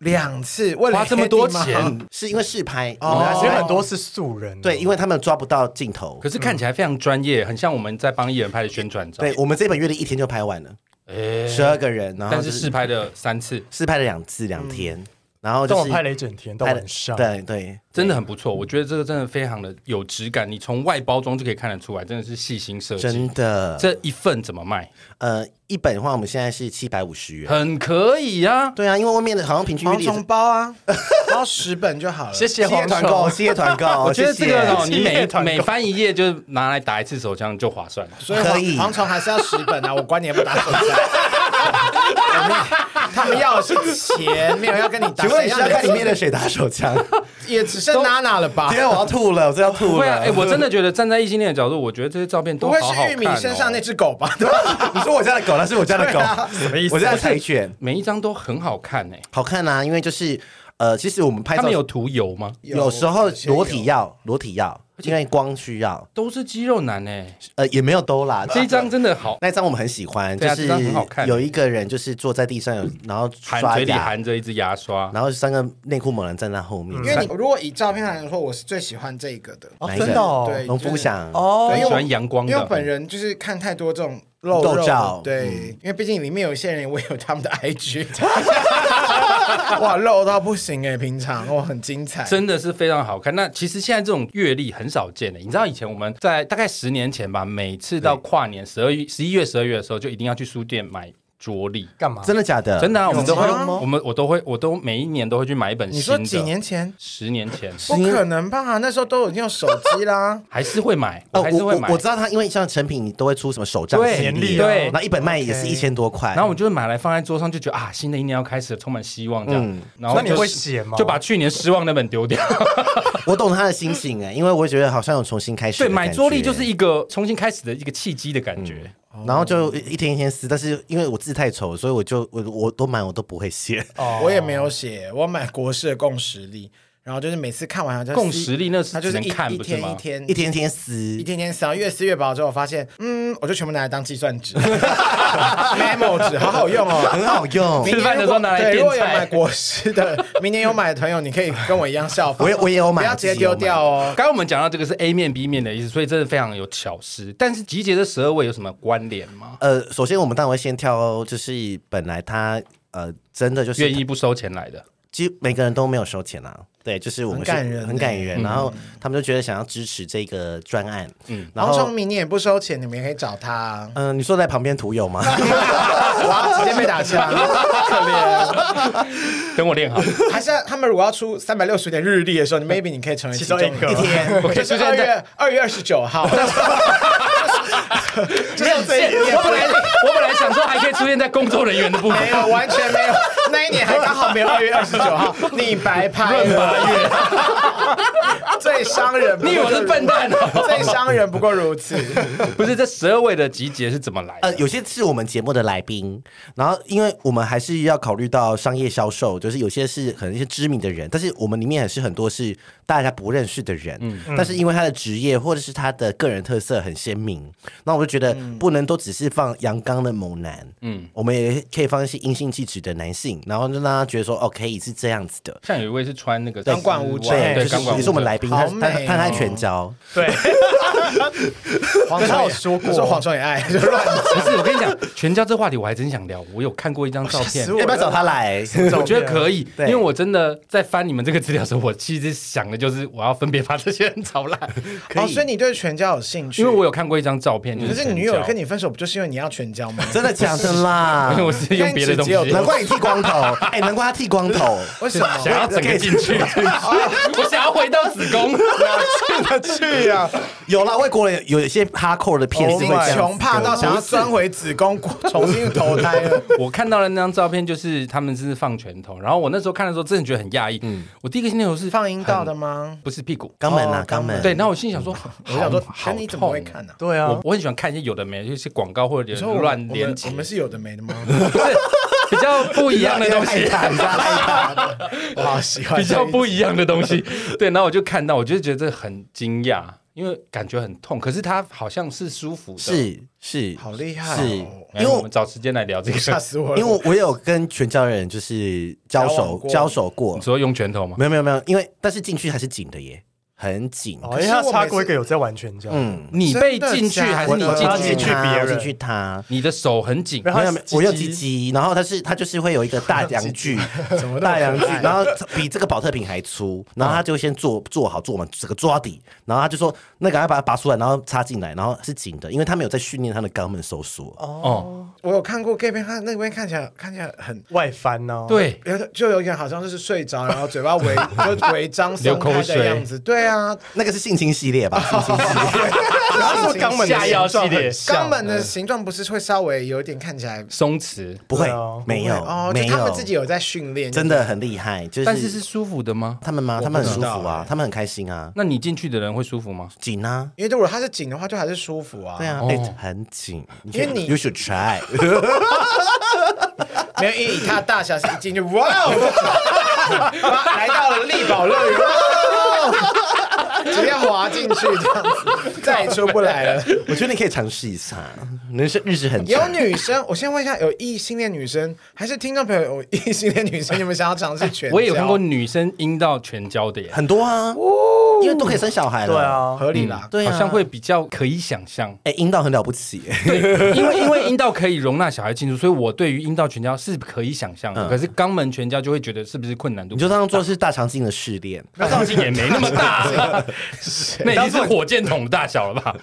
Speaker 2: 两次，为了
Speaker 1: 花这么多
Speaker 2: Eddie 吗
Speaker 1: 钱
Speaker 3: 嗯，是因为试拍，我们要
Speaker 4: 其
Speaker 3: 试
Speaker 4: 实
Speaker 3: 拍
Speaker 4: 很多是素人，哦
Speaker 3: 对，因为他们抓不到镜头
Speaker 1: 可。是看起来非常专业，很像我们在帮艺人拍的宣传照。
Speaker 3: 对，啊我们这本阅历一天就拍完了，
Speaker 1: 哎，
Speaker 3: 十二个人，然后
Speaker 1: 但
Speaker 3: 就是
Speaker 1: 试拍的三次，
Speaker 3: 试拍了两次两天，然后
Speaker 4: 但
Speaker 3: 就
Speaker 4: 我
Speaker 3: 是
Speaker 4: 拍了一整天到
Speaker 3: 拍了
Speaker 4: 晚上，
Speaker 3: 对对，
Speaker 1: 真的很不错。我觉得这个真的非常的有质感，你从外包装就可以看得出来，真的是细心设计。
Speaker 3: 真的，
Speaker 1: 这一份怎么卖？
Speaker 3: 呃，一本的话，我们现在是七百五十元。
Speaker 1: 很可以啊，
Speaker 3: 对啊，因为外面的好像平均阅
Speaker 2: 蝗
Speaker 3: 历
Speaker 2: 虫包啊，包十本就好了。
Speaker 4: 谢谢黄
Speaker 3: 团购，
Speaker 4: 虫。
Speaker 3: 谢谢团购，
Speaker 1: 我觉得这
Speaker 3: 谢谢
Speaker 1: 个哦，
Speaker 4: 谢谢
Speaker 1: 你每
Speaker 4: 谢团购
Speaker 1: 每翻一页就拿来打一次手枪就划算了。
Speaker 2: 所以
Speaker 3: 可以
Speaker 2: 蝗蝗虫还是要十本啊，我管你也不打手枪。他们要的是钱，没有要跟你打。
Speaker 3: 请问你是要
Speaker 2: 谁让
Speaker 3: 看里面的谁打手 枪？
Speaker 2: 也只剩娜娜了吧
Speaker 3: 今？天我要吐了，我真 要
Speaker 1: 不
Speaker 3: 吐
Speaker 1: 会啊，
Speaker 3: 了。
Speaker 1: 哎，我真的觉得站在异性恋的角度，我觉得这些照片都
Speaker 2: 不
Speaker 1: 好
Speaker 2: 会
Speaker 1: 好看
Speaker 2: 是
Speaker 1: 哦
Speaker 2: 玉米身上那只狗吧？
Speaker 3: 你说我家的狗，那是我家的狗，
Speaker 1: 啊
Speaker 4: 什么意思
Speaker 3: 我家的柴犬，
Speaker 1: 每一张都很好看哎。
Speaker 3: 好看啊，因为就是呃，其实我们拍
Speaker 1: 他
Speaker 3: 照
Speaker 1: 们有涂油吗？
Speaker 3: 有时候
Speaker 2: 些
Speaker 3: 裸体
Speaker 2: 有
Speaker 3: 要裸体要，因为光需要，
Speaker 1: 都是肌肉男哎，
Speaker 3: 呃，也没有兜啦。
Speaker 1: 这一张真的好，
Speaker 3: 那一张我们很喜欢，
Speaker 1: 对
Speaker 3: 就
Speaker 1: 啊
Speaker 3: 是
Speaker 1: 这张很好看嗯
Speaker 3: 有一个人就是坐在地上有，然后
Speaker 1: 含
Speaker 3: 刷
Speaker 1: 嘴里
Speaker 3: 牙，
Speaker 1: 含嗯着一支牙刷，
Speaker 3: 然后三个内裤猛男站在后面，
Speaker 2: 因为你如果以照片来说，我是最喜欢这个的。
Speaker 4: 哦
Speaker 3: 哪一个
Speaker 4: 真的哦
Speaker 2: 对
Speaker 3: 农夫想
Speaker 4: 哦
Speaker 1: 很
Speaker 2: 对，因为
Speaker 1: 喜
Speaker 2: 我
Speaker 1: 欢阳光
Speaker 2: 因为我本
Speaker 1: 的。
Speaker 2: 人就是看太多这种露肉
Speaker 3: 肉照
Speaker 2: 对，因为毕竟里面有一些人我也有他们的 IG，哇，露到不行哎、平常哇很精彩，
Speaker 1: 真的是非常好看。那其实现在这种阅历很少见的，你知道以前我们在大概十年前吧，每次到跨年十二月、十一月、十二月的时候，就一定要去书店买桌历。
Speaker 4: 干嘛？
Speaker 3: 真的假的？
Speaker 1: 真的啊，我们都会
Speaker 2: 有吗，
Speaker 1: 我们我都会，我都每一年都会去买一本
Speaker 2: 你
Speaker 1: 新
Speaker 2: 说
Speaker 1: 的。
Speaker 2: 几？年前？
Speaker 1: 十年前，
Speaker 2: 不可能吧？那时候都已经有手机啦
Speaker 1: 还是会买，
Speaker 3: 哦，
Speaker 1: 我还是
Speaker 3: 我
Speaker 1: 会
Speaker 3: 我
Speaker 1: 买。
Speaker 3: 我知道他，因为像成品你都会出什么手账
Speaker 1: 对
Speaker 3: 系
Speaker 4: 年历
Speaker 3: 列，
Speaker 4: 啊
Speaker 1: 对
Speaker 3: 然后一本卖也是一千多块，
Speaker 1: 然后我就会买来放在桌上，就觉得啊，新的一年要开始，充满希望这样。然后
Speaker 4: 那
Speaker 1: 就
Speaker 4: 你会写吗？
Speaker 1: 就把去年失望那本丢掉。
Speaker 3: 我懂他的心情哎，因为我觉得好像有重新开始，
Speaker 1: 对，买桌历就是。一个重新开始的一个契机的感觉。
Speaker 3: 然后就一天一天撕，但是因为我字太丑，所以我就我我都买我都不会写。
Speaker 4: 哦
Speaker 2: 我也没有写，我买国式的共识力，然后就是每次看完好像
Speaker 1: 共识力那是
Speaker 2: 它就是
Speaker 1: 只能
Speaker 2: 一
Speaker 1: 看
Speaker 2: 一
Speaker 1: 不是
Speaker 2: 天
Speaker 1: 吗
Speaker 2: 一天
Speaker 3: 一。天天撕
Speaker 2: 一，天天撕，然后越撕越薄之后，我发现，嗯，我就全部拿来当计 算纸，memo 纸，好好用哦，
Speaker 3: 很好用。
Speaker 1: 吃饭的时候拿来
Speaker 2: 对，
Speaker 1: 垫
Speaker 2: 如果有
Speaker 1: 菜
Speaker 2: 买国师 的，明年有买的朋友，你可以跟我一样效仿。
Speaker 3: 我也我也有买
Speaker 2: 不要直接丢掉哦。
Speaker 1: 刚刚我们讲到这个是 A 面 B 面的意思，所以真的非常有巧思。但是集结这十二位有什么关联吗？
Speaker 3: 呃，首先我们当然会先挑，就是本来他呃真的就是
Speaker 1: 愿意不收钱来的，
Speaker 3: 其实每个人都没有收钱啊。对，就是我们是
Speaker 2: 很感人嗯
Speaker 3: 很感人。然后他们就觉得想要支持这个专案，嗯，然
Speaker 2: 黄
Speaker 3: 后。
Speaker 2: 崇明，你也不收钱，你们也可以找他啊
Speaker 3: 嗯、你坐在旁边涂 友吗？
Speaker 2: 哇，直接被打枪，可怜。
Speaker 1: 等我练好。
Speaker 2: 还是他们如果要出三百六十天日历 的时候，你 maybe 你可以成为
Speaker 4: 其
Speaker 2: 其
Speaker 4: 中
Speaker 2: 中
Speaker 4: 一个
Speaker 2: 一个。
Speaker 3: 天，
Speaker 2: 就
Speaker 1: 可以
Speaker 2: 是
Speaker 1: 出现
Speaker 2: 二
Speaker 1: 在
Speaker 2: 月二月二十九 号，
Speaker 1: 没有这， 我本来我本来想说还可以出现在工作人员的部分
Speaker 2: 没。有，完 全没有。那一年还刚好没有二月二十九号，你白拍了。最伤人不过
Speaker 1: 你
Speaker 2: 如，
Speaker 1: 以为我是笨蛋哦？
Speaker 2: 最伤人不过如此。
Speaker 1: 不是，这十二位的集结是怎么来的？
Speaker 3: 呃，有些是我们节目的来宾，然后因为我们还是要考虑到商业销售，就是有些是可能一些知名的人，但是我们里面还是很多是大家不认识的人，
Speaker 1: 嗯
Speaker 2: 嗯
Speaker 3: 但是因为他的职业或者是他的个人特色很鲜明，那我就觉得不能都只是放阳刚的猛男，嗯，我们也可以放一些阴性气质的男性，然后就让他觉得说哦，可以是这样子的。
Speaker 1: 像有一位是穿那个
Speaker 2: 钢管舞者
Speaker 1: 对，
Speaker 3: 对，就
Speaker 1: 钢管
Speaker 3: 是
Speaker 1: 舞
Speaker 3: 也
Speaker 1: 者
Speaker 3: 是我们来宾，他
Speaker 2: 好美
Speaker 3: 他
Speaker 2: 哦
Speaker 3: 他他全交，
Speaker 4: 对，
Speaker 2: 黄
Speaker 4: 他
Speaker 2: 少
Speaker 4: 有说过
Speaker 2: 说黄少 也爱，就乱 讲。
Speaker 1: 不是，我跟你讲，全教这话题我还真想聊。我有看过一张照片
Speaker 4: 吓死，我
Speaker 3: 要不要找他 来？
Speaker 2: 啊
Speaker 1: 我觉得可以，因
Speaker 3: 对
Speaker 1: 为我真的在翻你们这个资料的时候，我其实想的就是我要分别把这些人找 来，
Speaker 3: 可
Speaker 2: 哦，
Speaker 3: 以
Speaker 2: 所以你对全家有兴趣？
Speaker 1: 因为我有看过一张照片，就
Speaker 2: 可
Speaker 1: 是
Speaker 2: 是
Speaker 1: 全
Speaker 2: 你女友
Speaker 1: 教
Speaker 2: 跟，你分手，不就是因为你要全家吗？
Speaker 3: 真的假的啦
Speaker 1: 因为？我是用别的东西，
Speaker 2: 因为你只
Speaker 1: 想
Speaker 3: 难
Speaker 2: 有
Speaker 3: 怪你剃光头， 哎、难怪他剃光头。
Speaker 2: 为什么？
Speaker 1: 要整个进 去， 我想要回到子宫。
Speaker 2: 去呀、
Speaker 1: 啊
Speaker 3: 有啦，外国人有一些哈扣的片
Speaker 2: 已
Speaker 3: 是会
Speaker 2: 经
Speaker 3: 这样子
Speaker 2: 哦穷怕到想要钻回子 宫重新投胎了。
Speaker 1: 我看到了那张照片，就是他们是放拳头，然后我那时候看的时候真的觉得很讶异。
Speaker 2: 嗯
Speaker 1: 我第一个念头是
Speaker 2: 放阴道的，吗？
Speaker 1: 不是屁股。
Speaker 3: 肛门啊
Speaker 2: 哦，
Speaker 3: 肛门。
Speaker 1: 对，然后我心里想说，
Speaker 2: 我想说，
Speaker 1: 好
Speaker 2: 可你怎么会看
Speaker 1: 呢？
Speaker 2: 呢、
Speaker 4: 对啊
Speaker 1: 我，我很喜欢看一些有的没，的，就是广告或者
Speaker 2: 你说我们
Speaker 1: 乱
Speaker 2: 我
Speaker 1: 连
Speaker 2: 们
Speaker 1: 接
Speaker 2: 我，们是有的没的吗？
Speaker 1: 不是比较不一样的东西。
Speaker 3: 害怕，你知道害怕。
Speaker 2: 我好喜欢
Speaker 1: 比较
Speaker 2: 这一集
Speaker 1: 不一样的东西。 对，然后我就看到，我就觉得很惊讶，因为感觉很痛，可是它好像是舒服的。，
Speaker 3: 是是，
Speaker 2: 好厉害
Speaker 3: 是
Speaker 2: 哦
Speaker 1: 因为我们找时间来聊这个。
Speaker 2: 吓死我了，
Speaker 3: 因为我我有跟全教人就是
Speaker 2: 交
Speaker 3: 交
Speaker 2: 往
Speaker 3: 手
Speaker 2: 过
Speaker 3: 交手过
Speaker 1: 你，说用拳头吗？
Speaker 3: 没有没有没有，因为但是进去还是紧的耶，很紧。
Speaker 4: 哦，因为他插过一个有在玩拳交，嗯，
Speaker 3: 嗯，
Speaker 1: 你被进去
Speaker 2: 真的假的
Speaker 1: 还是你
Speaker 4: 我
Speaker 1: 进
Speaker 4: 他
Speaker 1: 去？
Speaker 4: 进去别
Speaker 3: 他，我
Speaker 4: 人
Speaker 3: 进去他。
Speaker 1: 你的手很紧，
Speaker 4: 然
Speaker 3: 没
Speaker 4: 后
Speaker 3: 有
Speaker 4: 他
Speaker 3: 没有，我有
Speaker 4: 鸡
Speaker 3: 鸡
Speaker 4: 鸡
Speaker 3: 鸡，然后它是它就是会有一个大阳 具，
Speaker 2: 怎么那么可
Speaker 3: 大
Speaker 2: 爱
Speaker 3: 阳具，然后比这个保特瓶还粗，然后他就先坐坐好坐满，整个抓底，然后他就说那赶快把它拔出来，然后插进来，然后是紧的，因为他没有在训练他的肛门收缩。
Speaker 1: 哦，
Speaker 2: 我有看过 gay 片，他那边看起来看起来很。
Speaker 4: 外翻哦呢，，
Speaker 1: 对，
Speaker 2: 有就有一个好像就是睡着，然后嘴巴围就围张
Speaker 1: 流
Speaker 2: 松
Speaker 1: 口
Speaker 2: 开
Speaker 1: 水
Speaker 2: 的样子，对啊，
Speaker 3: 那个是性侵系列吧？性侵系列，
Speaker 4: 他说肛 门的
Speaker 1: 下药
Speaker 4: 形状
Speaker 1: 系列
Speaker 4: 很像
Speaker 2: 肛门的形状不是会稍微有一点看起来
Speaker 1: 松弛，
Speaker 3: 不会
Speaker 4: 对啊，
Speaker 3: 没
Speaker 2: 哦
Speaker 3: 有，，
Speaker 2: 就
Speaker 3: 没
Speaker 2: 他们
Speaker 3: 有，
Speaker 2: 自己有在训练，
Speaker 3: 真的很厉害，就是
Speaker 1: 但是是舒服的吗？
Speaker 3: 他们吗？
Speaker 2: 我
Speaker 3: 他们
Speaker 2: 不
Speaker 3: 很
Speaker 2: 知
Speaker 3: 舒
Speaker 2: 道
Speaker 3: 服啊，他们很开心啊，
Speaker 1: 那你进去的人会舒服吗？
Speaker 3: 紧啊。
Speaker 2: 因为如果它是紧的话，就还是舒服啊。
Speaker 3: 对啊，
Speaker 1: 哦
Speaker 3: 哎，很紧，
Speaker 2: 因为
Speaker 3: 可以
Speaker 2: 你
Speaker 3: you should try，
Speaker 2: 没有，因为以它大小是一进去，哇哦，哇来到了力宝乐园，哇哦直接滑进去这样子，再也出不来了。
Speaker 3: 我觉得你可以尝试一下，人生日子很
Speaker 2: 有
Speaker 3: 长。
Speaker 2: 女生，我先问一下，有异性恋女生，还是听众朋友有异性恋女生，你们想要尝试全？
Speaker 1: 我也有看过，女生阴道全交的耶，
Speaker 3: 很多啊，因为都可以生小孩了。
Speaker 4: 对，啊，
Speaker 2: 合理啦。
Speaker 3: 对啊
Speaker 1: 好像会比较可以想象。
Speaker 3: 哎，阴道很了不起，
Speaker 1: 对，因为因为阴道可以容纳小孩进入，所以我对于阴道全交是可以想象的。可是肛门全交就会觉得是不是困难度？
Speaker 3: 嗯你就当做是大肠镜的试炼。
Speaker 1: 那造型也没那么大， 那已经是火箭筒的大小了吧？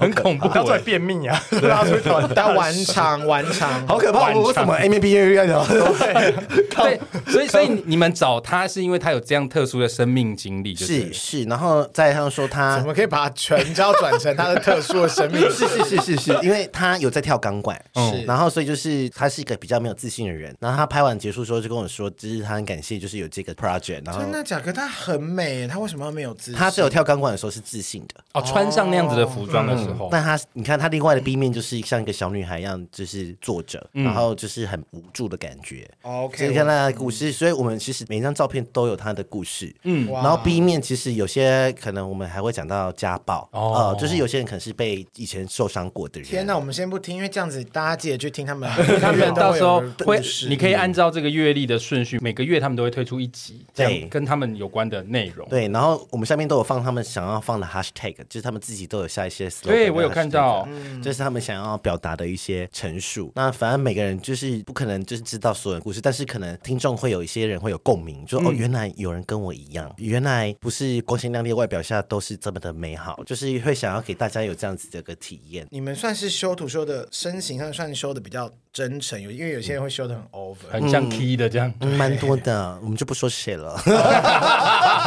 Speaker 1: 很恐怖
Speaker 4: 当做
Speaker 1: 欸。
Speaker 4: 便秘啊， 拉出一条很大
Speaker 2: 但
Speaker 4: 的
Speaker 2: 玩长玩长，
Speaker 3: 嗯好可怕！
Speaker 1: 晚
Speaker 3: 我我怎
Speaker 1: 上
Speaker 3: 么 A 面 B 越越 聊？
Speaker 1: 欸对，所以 所以你们找他是因为他有这样特殊的生命经历，就是
Speaker 3: 是是，然后再他说他
Speaker 2: 怎么可以把全交转成他的特殊的生命？
Speaker 3: 是是是是是，因为他有在跳钢管，
Speaker 1: 嗯
Speaker 3: 然后所以就是他是一个比较没有自信的人。然后他拍完结束之后就跟我说，就是他很感谢，就是有这个 project，然后
Speaker 2: 真的假的？她很美，她为什么要没有自信？
Speaker 3: 他只有跳钢管的时候是自信的。
Speaker 1: 哦，穿上那样子的服装的时候，
Speaker 3: 哦但他，你看他另外的 B 面就是像一个小女孩一样，就是坐着，然后就是很无助的感觉。
Speaker 2: 哦 OK，
Speaker 3: 这是看他的故事，所以我们其实每一张照片都有他的故事。嗯，
Speaker 2: 哇
Speaker 3: 然后 B 面其实有些可能我们还会讲到家暴，
Speaker 1: 哦
Speaker 3: 哦、就是有些人可能是被以前受伤过的人。
Speaker 2: 天哪，我们先不听，因为这样子大家记得去听他们，
Speaker 1: 他们到时候会
Speaker 2: 故事，
Speaker 1: 你可以按照这个阅历的顺序，每个月他们都会推出一集，这
Speaker 3: 对
Speaker 1: 样跟他们有关的内容。
Speaker 3: 对，然后我们下面都有放他们想要放的 hashtag，就是他们自己都有下一些 slogan 跟 hashtag。嗯
Speaker 1: 对我有看到
Speaker 3: 就是他们想要表达的一些陈述。那反正每个人就是不可能就是知道所有的故事，但是可能听众会有一些人会有共鸣，
Speaker 1: 嗯
Speaker 3: 就说哦，原来有人跟我一样，原来不是光鲜亮丽的外表下都是这么的美好，就是会想要给大家有这样子的一个体验。
Speaker 2: 你们算是修图修的身形上算修的比较真诚，有因为有些人会修的很 over。
Speaker 1: 很像 T 的这样。
Speaker 3: 嗯蛮多的，我们就不说谁了。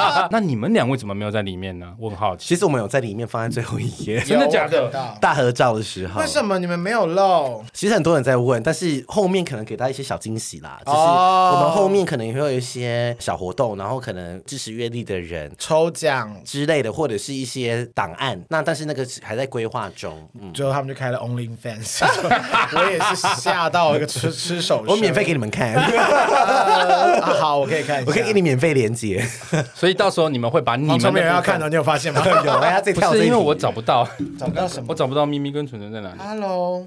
Speaker 3: 啊
Speaker 1: 那你们俩为什么没有在里面呢？我很好奇。
Speaker 3: 其实我们有在里面放在最后一页，
Speaker 1: 真的假的
Speaker 2: 有我看到
Speaker 3: 大合照的时候。
Speaker 2: 为什么你们没有露？
Speaker 3: 其实很多人在问，但是后面可能给大家一些小惊喜啦，就是
Speaker 2: 哦
Speaker 3: 我们后面可能也会有一些小活动，然后可能支持阅历的人
Speaker 2: 抽奖
Speaker 3: 之类的，或者是一些档案。那但是那个还在规划中，嗯，
Speaker 2: 最后他们就开了 OnlyFans，我也是吓到一个吃吃 手。
Speaker 3: 我免费给你们 看，
Speaker 2: 呃 啊好，我可以看一下，
Speaker 3: 我可以给你。免费连接。
Speaker 1: 所以到时候你们会把你
Speaker 2: 你
Speaker 1: 们
Speaker 2: 们没有
Speaker 1: 的
Speaker 2: 要
Speaker 1: 部分
Speaker 2: 看的，你有发现吗？
Speaker 3: 有，哎，他这跳
Speaker 1: 不
Speaker 3: 这
Speaker 1: 是
Speaker 3: 一题
Speaker 1: 因为我找不到，
Speaker 2: 找不到什
Speaker 1: 我
Speaker 2: 么
Speaker 1: 找不到咪咪跟纯纯在
Speaker 2: 啊
Speaker 1: 哪里，
Speaker 2: ？Hello，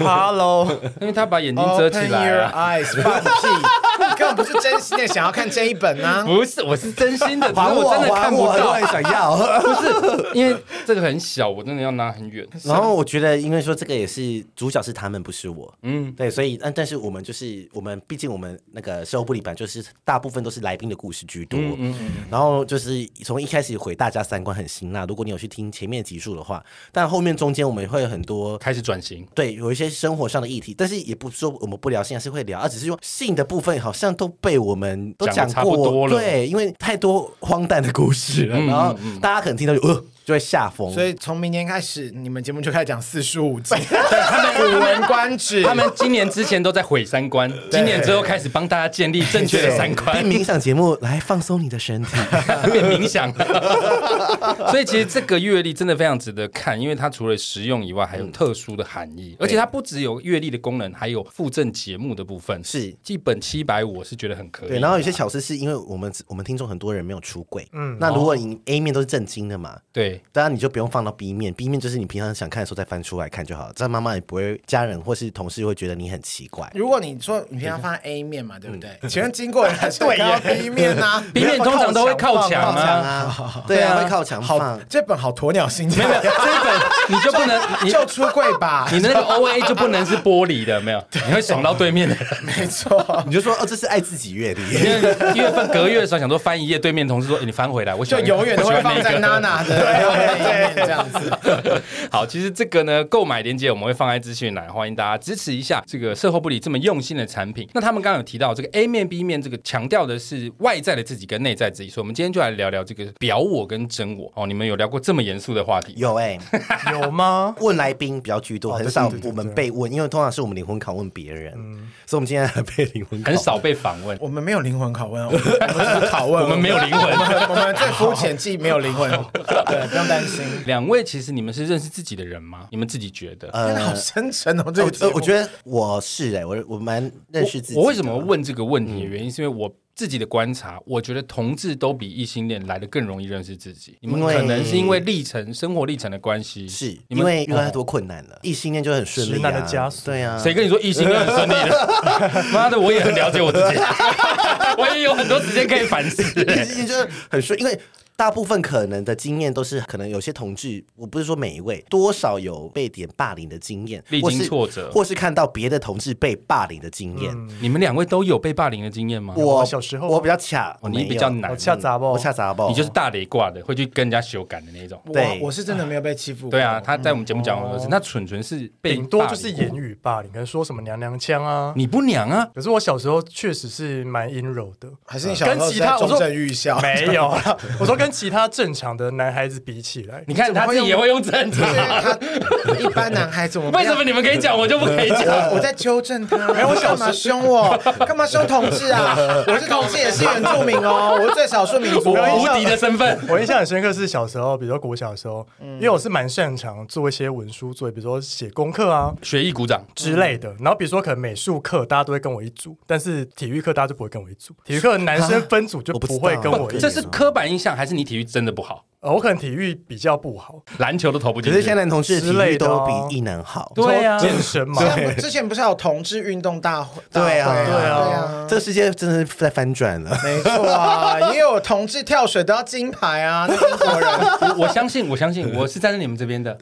Speaker 4: Hello，
Speaker 1: 因为他把眼睛遮起来啊
Speaker 2: Open your
Speaker 1: 了。
Speaker 2: eyes，放屁！你 根本不是真心的想要看这一本啊！
Speaker 1: 不是，我是真心 的，只
Speaker 3: 还
Speaker 1: 是
Speaker 3: 我，
Speaker 1: 真的看
Speaker 3: 还
Speaker 1: 不
Speaker 3: 我，很多
Speaker 1: 到，
Speaker 3: 人想要。
Speaker 1: 不是因为这个很小，我真的要拿很远。
Speaker 3: 然后我觉得，因为说这个也是主角是他们，不是我，
Speaker 1: 嗯
Speaker 3: 嗯，对，所以但但是我们就是我们，毕竟我们那个社会部里版就是大部分都是来宾的故事居多，嗯然后就是从一开始毁大家三观很辛辣，如果你有去听前面集数的话，但后面中间我们会有很多。
Speaker 1: 开始转型，
Speaker 3: 对，有一些生活上的议题，但是也不是说我们不聊性，还是会聊，啊，只是说性的部分好像都被我们都
Speaker 1: 讲得
Speaker 3: 讲
Speaker 1: 差不多
Speaker 3: 过，
Speaker 1: 了
Speaker 3: 嗯对，因为太多荒诞的故事了，然后大家可能听到就呃就会下风。
Speaker 2: 所以从明年开始，你们节目就开始讲四书 五经，古文观止。
Speaker 1: 他们今年之前都在毁三观，今年之后开始帮大家建立正确的三观
Speaker 3: 听，冥想节目来放松你的身体。
Speaker 1: 变冥想了。 所以其实这个阅历真的非常值得看，因为它除了实用以外，还有特殊的含义，而且嗯它不只有阅历的功能，还有附赠节目的部分。
Speaker 3: 是
Speaker 1: 一本七百，我是觉得很可以。
Speaker 3: 对，然后有些巧思是因为我们我们听众很多人没有出轨，嗯，那如果你 A 面都是正经的嘛，
Speaker 1: 对
Speaker 3: 当然你就不用放到 B 面，B 面就是你平常想看的时候再翻出来看就好，这样妈妈也不会，家人或是同事会觉得你很奇怪。
Speaker 2: 如果你说你平常放在 A 面嘛，对不对？请问经过人还 是会看到 B 面 啊
Speaker 1: B 嗯面通常都会靠墙
Speaker 3: 靠墙
Speaker 1: 啊。
Speaker 3: 啊，对啊，
Speaker 1: 对啊
Speaker 3: 会靠墙
Speaker 2: 哦好
Speaker 3: 放，。
Speaker 2: 这本好鸵鸟心态，
Speaker 1: 这本你 就不能你
Speaker 2: 就出柜吧，
Speaker 1: 你那个 O A 就不能是玻璃的，没有，你会爽到对面的 人。
Speaker 2: 没错，
Speaker 3: 你就说哦，这是爱自己阅历，
Speaker 1: 因为一月份隔月的时候想说翻一页，对面同事说、欸你翻回来，我喜
Speaker 2: 就
Speaker 1: 欢
Speaker 2: 永远都会放在。娜娜的 A 面这样子。
Speaker 1: 好，其实这个呢，购买链接我们会放在资讯栏，欢迎大家支持一下这个售后不理这么用心的产品。那他们刚刚有提到这个 A 面 B 面，这个强调的是外在的自己跟内在自己，所以我们今天就来聊聊这个表我跟真我。哦，你们有聊过这么严肃的话题？
Speaker 3: 有哎、
Speaker 4: 有吗？
Speaker 3: 问来宾比较居多，
Speaker 4: 哦
Speaker 3: 很少
Speaker 4: 对对对
Speaker 3: 我们
Speaker 4: 对
Speaker 3: 被问，因为通常是我们灵魂拷问别人，所以我们今天还被灵魂拷
Speaker 1: 很
Speaker 3: 问
Speaker 1: 少被访问。
Speaker 2: 我们没有灵魂拷问，啊我们我们只是拷问，
Speaker 1: 我们没有灵魂
Speaker 2: 我们我们最肤浅即没有灵魂，对，不用担心。
Speaker 1: 两位其实你们是认识自己的人吗？你们自己觉得？
Speaker 2: 真的好深沉哦，这个节
Speaker 3: 呃
Speaker 2: 目
Speaker 3: 我觉得我是哎、我我蛮认识自己
Speaker 1: 我。我为什么
Speaker 3: 的
Speaker 1: 问这个问题的原因，是因为我自己的观察，我觉得同志都比异性恋来的更容易认识自己。你们
Speaker 3: 因为
Speaker 1: 可能是因为历程、生活历程的关系，
Speaker 3: 是
Speaker 1: 你
Speaker 3: 因
Speaker 1: 们
Speaker 3: 为遇到太多困难了，异性恋就很顺利、啊，
Speaker 4: 直男的枷锁
Speaker 3: 对啊，
Speaker 1: 谁跟你说异性恋很顺利 的？妈的，我也很了解我自 己，我也有很多时间可以反思。
Speaker 3: 异性恋就是很顺，因为。大部分可能的经验都是可能有些同志，我不是说每一位，多少有被点霸凌的经验，
Speaker 1: 历经
Speaker 3: 或是
Speaker 1: 挫折
Speaker 3: 或是看到别的同志被霸凌的经验。
Speaker 1: 你们两位都有被霸凌的经验吗？
Speaker 3: 我
Speaker 4: 小时候
Speaker 3: 我比较卡，我
Speaker 1: 哦
Speaker 3: 没
Speaker 1: 你
Speaker 3: 有
Speaker 1: 比较难
Speaker 4: 我，恰杂不？
Speaker 3: 我恰杂爆，
Speaker 1: 你就是大雷挂的，会去跟人家修改的那种。
Speaker 3: 对
Speaker 2: 我我是真的没有被欺负过。
Speaker 1: 对啊，他在我们节目讲过很多次，那蠢蠢是被
Speaker 4: 顶多就是
Speaker 1: 霸凌过
Speaker 4: 言，语霸凌，可能说什么娘娘腔啊。
Speaker 1: 你不娘啊？
Speaker 4: 可是我小时候确实是蛮阴柔的，
Speaker 2: 还是你小时候
Speaker 4: 跟其他
Speaker 2: 在中
Speaker 4: 我说
Speaker 2: 正预校，
Speaker 4: 没有啦。我说跟其他正常的男孩子比起来，
Speaker 1: 你看他自己也会用正 常，
Speaker 2: 啊他一般男孩子我们
Speaker 1: 为什么你们可以讲，我就不可以讲？
Speaker 2: 我我在纠正他，没有干嘛凶我，干嘛凶同志啊？我是同志，也是原住民哦，我是最少数民族
Speaker 1: 我无
Speaker 2: 哦。
Speaker 1: 敌的身份。
Speaker 4: 我印象很深刻是小时候，比如说国小的时候，
Speaker 1: 嗯
Speaker 4: 因为我是蛮擅长做一些文书作业，比如说写功课啊
Speaker 1: 学艺鼓掌，
Speaker 4: 之类的。然后比如说可能美术课大家都会跟我一组，但是体育课大家就不会跟我一组。体育课男生分组就
Speaker 3: 我不
Speaker 4: 不会
Speaker 3: 知道
Speaker 4: 跟 我一
Speaker 3: 对
Speaker 4: 组
Speaker 1: 这，是刻板印象还是你体育真的不好？
Speaker 4: 呃我可能体育比较不好，
Speaker 1: 篮球都投不
Speaker 3: 可
Speaker 1: 进去。
Speaker 3: 是现在男同志的
Speaker 4: 之
Speaker 3: 体育
Speaker 4: 类的
Speaker 3: 都
Speaker 4: 哦
Speaker 3: 比异男好，
Speaker 1: 对啊
Speaker 4: 健 身嘛，
Speaker 2: 像之前不是有同志运动大会？
Speaker 3: 对
Speaker 2: 大
Speaker 3: 啊，
Speaker 2: 会
Speaker 4: 对啊
Speaker 2: 对啊。
Speaker 3: 这个世界真的是在翻转了。
Speaker 2: 没错啊，也有同志跳水得到金牌啊，那英国人
Speaker 1: 我我相信，我相信，我是站在你们这边的。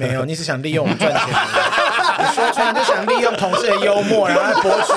Speaker 2: 没有，你是想利用我们赚钱而已。你说穿就想利用同志的幽默，然后博取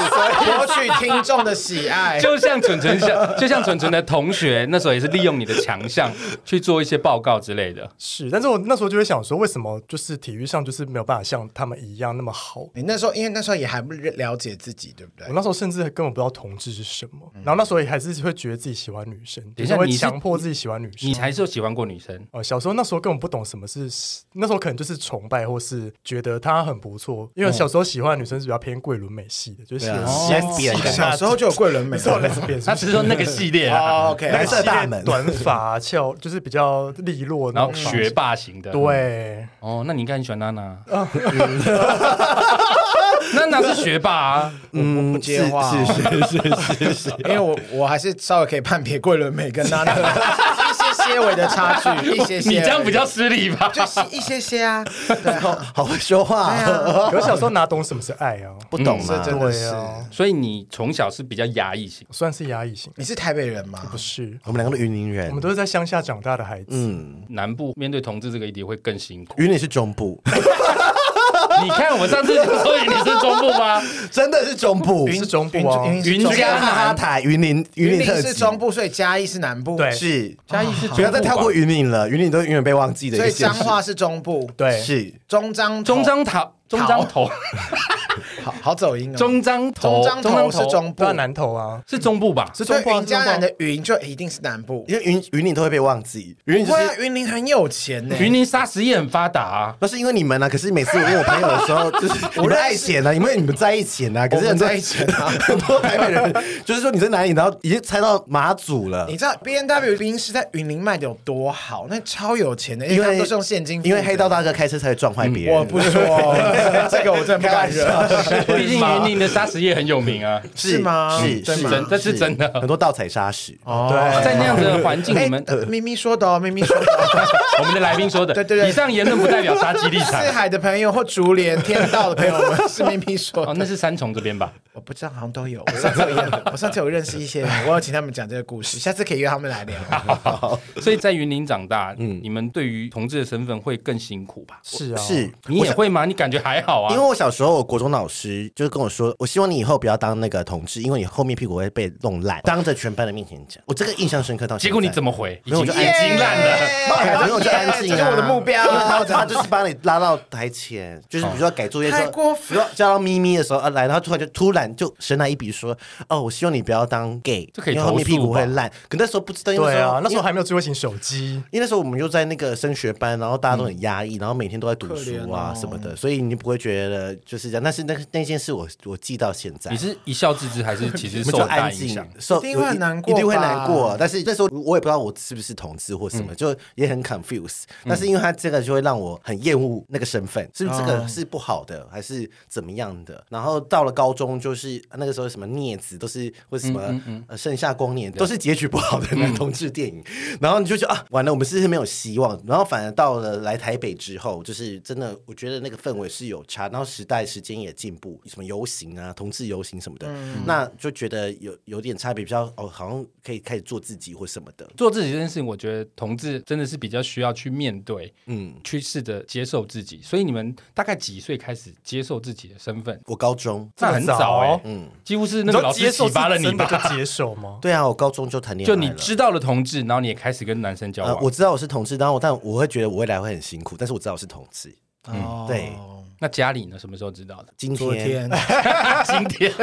Speaker 2: 博取听众的喜 爱。
Speaker 1: 就像蠢蠢像，就像蠢蠢的同学，那时候也是利用你的强项去做一些报告之类的。
Speaker 4: 是，但是我那时候就会想说，为什么就是体育上就是没有办法像他们一样那么好？
Speaker 2: 你那时候因为那时候也还不了解自己，对不对
Speaker 4: 我？那时候甚至根本不知道同志是什么，
Speaker 1: 嗯
Speaker 4: 然后那时候也还是会觉得自己喜欢女生，
Speaker 1: 等一下
Speaker 4: 就是
Speaker 1: 你
Speaker 4: 会
Speaker 1: 是
Speaker 4: 强迫自己喜欢女生
Speaker 1: 你。还是有喜欢过女生，
Speaker 4: 呃，小时候那时候根本不懂什么是，那时候可能就是崇拜或是觉得她很不错，因为小时候喜欢的女生是比较偏桂纶镁系的，就是喜欢
Speaker 2: 啊
Speaker 1: 哦
Speaker 4: 喜欢
Speaker 3: 扁
Speaker 4: 的
Speaker 2: 小时候就有桂纶镁
Speaker 4: 那，种类似变
Speaker 1: 他只是说那个系列啊，
Speaker 2: 哦 OK，
Speaker 4: 那
Speaker 3: 蓝
Speaker 4: 个
Speaker 3: 色
Speaker 4: 系列
Speaker 3: 大门
Speaker 4: 短发翘，就是比较利落那
Speaker 1: 然
Speaker 4: 种
Speaker 1: 后
Speaker 4: 发型，
Speaker 1: 学霸型的。，
Speaker 4: 对，
Speaker 1: 哦，那你应该很喜欢娜娜。娜娜是学霸啊，
Speaker 2: 嗯，不接话、哦，
Speaker 3: 是是是是是，
Speaker 2: 因为我我还是稍微可以判别桂纶镁跟娜娜一些些微的差距，一些 些，
Speaker 1: 你这样比较失礼吧？
Speaker 2: 就是一些些啊，对啊，
Speaker 3: 好会说话
Speaker 2: 对
Speaker 3: 哦，
Speaker 2: 啊，
Speaker 4: 可是小时候哪懂什么是爱啊？
Speaker 3: 不懂
Speaker 2: 这
Speaker 3: 吗？
Speaker 2: 真的
Speaker 4: 对
Speaker 2: 嗯是，
Speaker 4: 啊，
Speaker 1: 所以你从小是比较压抑型。
Speaker 4: 我算是压抑型，
Speaker 2: 你是台北人吗
Speaker 4: 不？是，
Speaker 3: 我们两个都云林人
Speaker 4: 我们，都是在乡下长大的孩子。
Speaker 3: 嗯，
Speaker 1: 南部面对同志这个议题会更辛 苦。
Speaker 3: 云林是中部，
Speaker 1: 你看我上次就说你是中部吗？
Speaker 3: 真的是中部，
Speaker 4: 是中部啊
Speaker 2: 嗯云
Speaker 1: 云
Speaker 2: 中
Speaker 1: 嘉
Speaker 3: 哈哈台云林
Speaker 2: 云
Speaker 3: 林
Speaker 2: 林
Speaker 3: 特
Speaker 2: 是
Speaker 3: 辑
Speaker 2: 中部，所以嘉义是南部，
Speaker 4: 对
Speaker 3: 是，
Speaker 1: 嘉义是中部吧
Speaker 3: 不要再跳过云林了，云林都永远被忘记的一
Speaker 2: 所
Speaker 3: 个
Speaker 2: 以
Speaker 3: 县
Speaker 2: 彰
Speaker 3: 市。
Speaker 2: 化是中部，
Speaker 4: 对，
Speaker 3: 是
Speaker 2: 中彰
Speaker 1: 中彰桃，中彰头，
Speaker 2: 好好走音哦。
Speaker 1: 中章头，
Speaker 2: 中章
Speaker 4: 中南
Speaker 2: 头是中部
Speaker 4: 对啊，南投啊，
Speaker 1: 是中部吧？
Speaker 4: 是
Speaker 2: 所
Speaker 4: 中
Speaker 2: 以
Speaker 4: 部啊
Speaker 2: 云嘉南，
Speaker 4: 是
Speaker 2: 的云就一定是南部。
Speaker 3: 因为云云岭都会被忘记，云岭
Speaker 2: 不
Speaker 3: 就
Speaker 2: 会啊，
Speaker 3: 是。
Speaker 2: 云林很有钱呢。
Speaker 1: 云林砂石业很发达啊。
Speaker 3: 那是因为你们呢、啊，可是每次我问我朋友的时候，就是我们爱钱呢、啊，因为你们在一起呢、啊，可是
Speaker 2: 我们
Speaker 3: 很多
Speaker 2: 在一起啊
Speaker 3: 很多台北人就是说你在哪里，然后已经猜到马祖了
Speaker 2: 你，知道 B N W 宾士在云林卖的有多好？那超有钱的，因
Speaker 3: 因
Speaker 2: 为他
Speaker 3: 为
Speaker 2: 们都是用现金付的。
Speaker 3: 因为黑道大哥开车才会撞坏别人。
Speaker 2: 我 不说，这个我真的不敢
Speaker 3: 开玩
Speaker 2: 惹。
Speaker 1: 毕竟云林的砂石业很有名啊，
Speaker 2: 是吗
Speaker 3: 是
Speaker 2: 真
Speaker 3: 是
Speaker 2: 吗
Speaker 1: 真这是真的
Speaker 3: 很多盗采砂石。
Speaker 2: 哦
Speaker 3: 哎
Speaker 4: 对
Speaker 1: 在那样子的环境，你们
Speaker 2: 呃咪咪说的哦，咪咪说的哦。
Speaker 1: 我们的来宾说的，
Speaker 2: 对对对
Speaker 1: 以上言论不代表杀鸡立 场
Speaker 3: 啊
Speaker 2: 四。海的朋友或竹联天道的朋友们是咪咪说
Speaker 1: 哦，
Speaker 2: 的，
Speaker 1: 那是三重这边吧？
Speaker 2: 我不知道，好像都有。我上次有认，我上次有认识一些人，我有请他们讲这个故事，下次可以约他们来聊。
Speaker 1: 所以在云林长大，嗯，你们对于同志的身份会更辛苦吧？
Speaker 4: 是啊，
Speaker 3: 是
Speaker 1: 你也会吗？你感觉还好啊？
Speaker 3: 因为我小时候，我国中老师就是跟我说，我希望你以后不要当那个同志，因为你后面屁股会被弄烂。当着全班的面前讲，我这个印象深刻到现在。
Speaker 1: 结果你怎么回？已
Speaker 3: 没有
Speaker 1: 经
Speaker 3: 我
Speaker 1: 已
Speaker 3: 就
Speaker 1: 经烂了。
Speaker 3: 然后我就安静、啊，
Speaker 2: 这是我的 目标
Speaker 3: 因为他他就是把你拉到台前，就是
Speaker 1: 哦
Speaker 3: 比如说改作业的时
Speaker 2: 太
Speaker 3: 候，
Speaker 2: 过分
Speaker 3: 比如说叫到咪咪的时候啊来，然后突然就突然就神来一笔说，哦，我希望你不要当 gay，
Speaker 1: 这可以
Speaker 3: 因为后面
Speaker 1: 投诉
Speaker 3: 屁股
Speaker 1: 吧
Speaker 3: 会烂。可那时候不知道，因为
Speaker 4: 对啊，那时候
Speaker 3: 还。
Speaker 4: 还没有智慧型手机，
Speaker 3: 因为那时候我们又在那个升学班，然后大家都很压抑，然后每天都在读书啊
Speaker 2: 可怜哦
Speaker 3: 什么的，所以你不会觉得就是这样。但是那个那件事我我记到现在，
Speaker 1: 你是一笑置之，还 是其实
Speaker 3: 我
Speaker 1: 受
Speaker 3: 们就
Speaker 1: 很大
Speaker 3: 安
Speaker 1: 影响
Speaker 3: 静？，啊受
Speaker 2: 一定会很难过
Speaker 3: 一定会难
Speaker 2: 吧
Speaker 3: 过。但是那时候我也不知道我是不是同志或
Speaker 1: 嗯
Speaker 3: 什么，就也很 confused。但是因为他这个就会让我很厌恶那个身份，是不是这
Speaker 1: 哦
Speaker 3: 个是不好的，还是怎么样的？然后到了高中，就是呃那个时候什么镊子都是或者什
Speaker 1: 嗯
Speaker 3: 么呃盛夏光年都是结局不好的男同志电影， 然后你就觉得啊，完了，我们是不是没有希望。然后反而到了来台北之后，就是真的，我觉得那个氛围是有差，然后时代时间也进步，什么游行啊、同志游行什么的，
Speaker 1: 嗯
Speaker 3: 那就觉得有有点差别，比较哦，好像可以开始做自己或什么的。
Speaker 1: 做自己这件事情，我觉得同志真的是比较需要去面对，嗯，去试着接受自己。所以你们大概几岁开始接受自己的身份？
Speaker 3: 我高中，
Speaker 1: 那很
Speaker 4: 这么
Speaker 1: 早
Speaker 4: 早
Speaker 1: 哎、
Speaker 4: 哦
Speaker 1: 嗯，几乎是
Speaker 4: 你
Speaker 1: 那个老
Speaker 4: 说
Speaker 1: 师
Speaker 4: 接受
Speaker 1: 启
Speaker 4: 是
Speaker 1: 发了你
Speaker 4: 真的
Speaker 1: 吧？
Speaker 4: 就接受吗？
Speaker 3: 对啊，我高中就谈恋爱
Speaker 1: 就
Speaker 3: 了。
Speaker 1: 你知啊道了同志，然后你也开始跟男生交
Speaker 3: 呃
Speaker 1: 往。，
Speaker 3: 我知道我是同志，然后但我会觉得我未来会很辛苦，但是我知道我是同志。
Speaker 2: 哦
Speaker 3: 嗯对？
Speaker 1: 那家里呢？什么时候知道的
Speaker 3: 今
Speaker 2: 昨
Speaker 3: 天
Speaker 2: 天
Speaker 1: 今天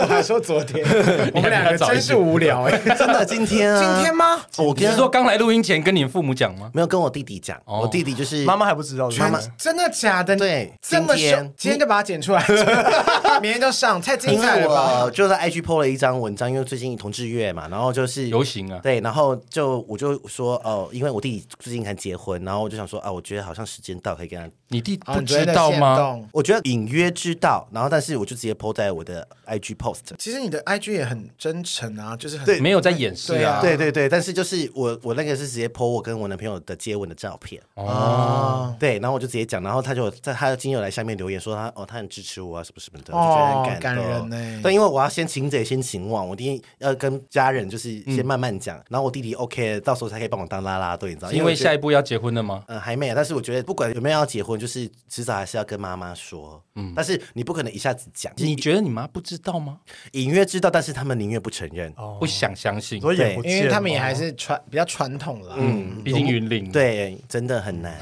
Speaker 2: 我还说昨 天， 我们两个真是无聊哎。
Speaker 3: 真的今天啊，
Speaker 2: 今天吗？
Speaker 3: 我
Speaker 1: 你
Speaker 3: 跟
Speaker 1: 是说刚来录音前跟你父母讲吗？
Speaker 3: 没有跟我弟弟讲，我弟弟就是
Speaker 4: 妈妈还不知道，
Speaker 3: 妈妈
Speaker 4: 对不对
Speaker 2: 真的假的？
Speaker 3: 对
Speaker 2: 这么
Speaker 3: 今天
Speaker 2: 凶，今天就把它剪出来， 明天就上，太精
Speaker 3: 因
Speaker 2: 彩
Speaker 3: 为
Speaker 2: 了吧
Speaker 3: 我？就在 IG PO 了一张文章，因为最近同志月嘛，然后就是
Speaker 1: 游行啊
Speaker 3: 对，然后就我就说哦，因为我弟弟最近才结婚，然后我就想说啊，我觉得好像时间到，可以跟他。
Speaker 1: 你弟不
Speaker 2: 啊你昨
Speaker 1: 知
Speaker 2: 天的
Speaker 1: 道
Speaker 2: 限
Speaker 1: 吗？
Speaker 2: 动
Speaker 3: 我觉得隐约知道，然后但是我就直接 PO 在我的 IG post。
Speaker 2: 其实你的 IG 也很真诚啊，就是很
Speaker 3: 对
Speaker 1: 没有在掩饰
Speaker 2: 对
Speaker 1: 啊
Speaker 2: 啊。
Speaker 3: 对对对，但是就是我我那个是直接 PO 我跟我男朋友的接吻的照片，
Speaker 1: 哦
Speaker 2: 啊，
Speaker 3: 对，然后我就直接讲，然后他就在他今天有来下面留言说他哦他很支持我啊什么什么的，我就觉得
Speaker 2: 哦
Speaker 3: 很感动。
Speaker 2: 感人欸
Speaker 3: 但因为我要先擒贼先擒王，我一定要跟家人就是先慢慢讲，然后我弟弟 OK，到时候才可以帮我当啦啦队，你知道？
Speaker 1: 因
Speaker 3: 我
Speaker 1: 为
Speaker 3: 觉得
Speaker 1: 下一步要结婚了吗？
Speaker 3: 嗯，还没有，但是我觉得不管有没有要结婚，就是迟早还是要跟妈妈说。嗯，但是你不可能一下子讲，
Speaker 1: 你觉得你妈不知道吗？
Speaker 3: 隐约知道，但是他们宁愿不承认。
Speaker 4: 哦
Speaker 1: 不想相信，
Speaker 4: 所以眼不
Speaker 2: 因
Speaker 4: 见
Speaker 2: 为他们也
Speaker 4: 嘛
Speaker 2: 还是传比较传统啦。嗯，
Speaker 1: 毕竟云林。
Speaker 3: 对，真的很难，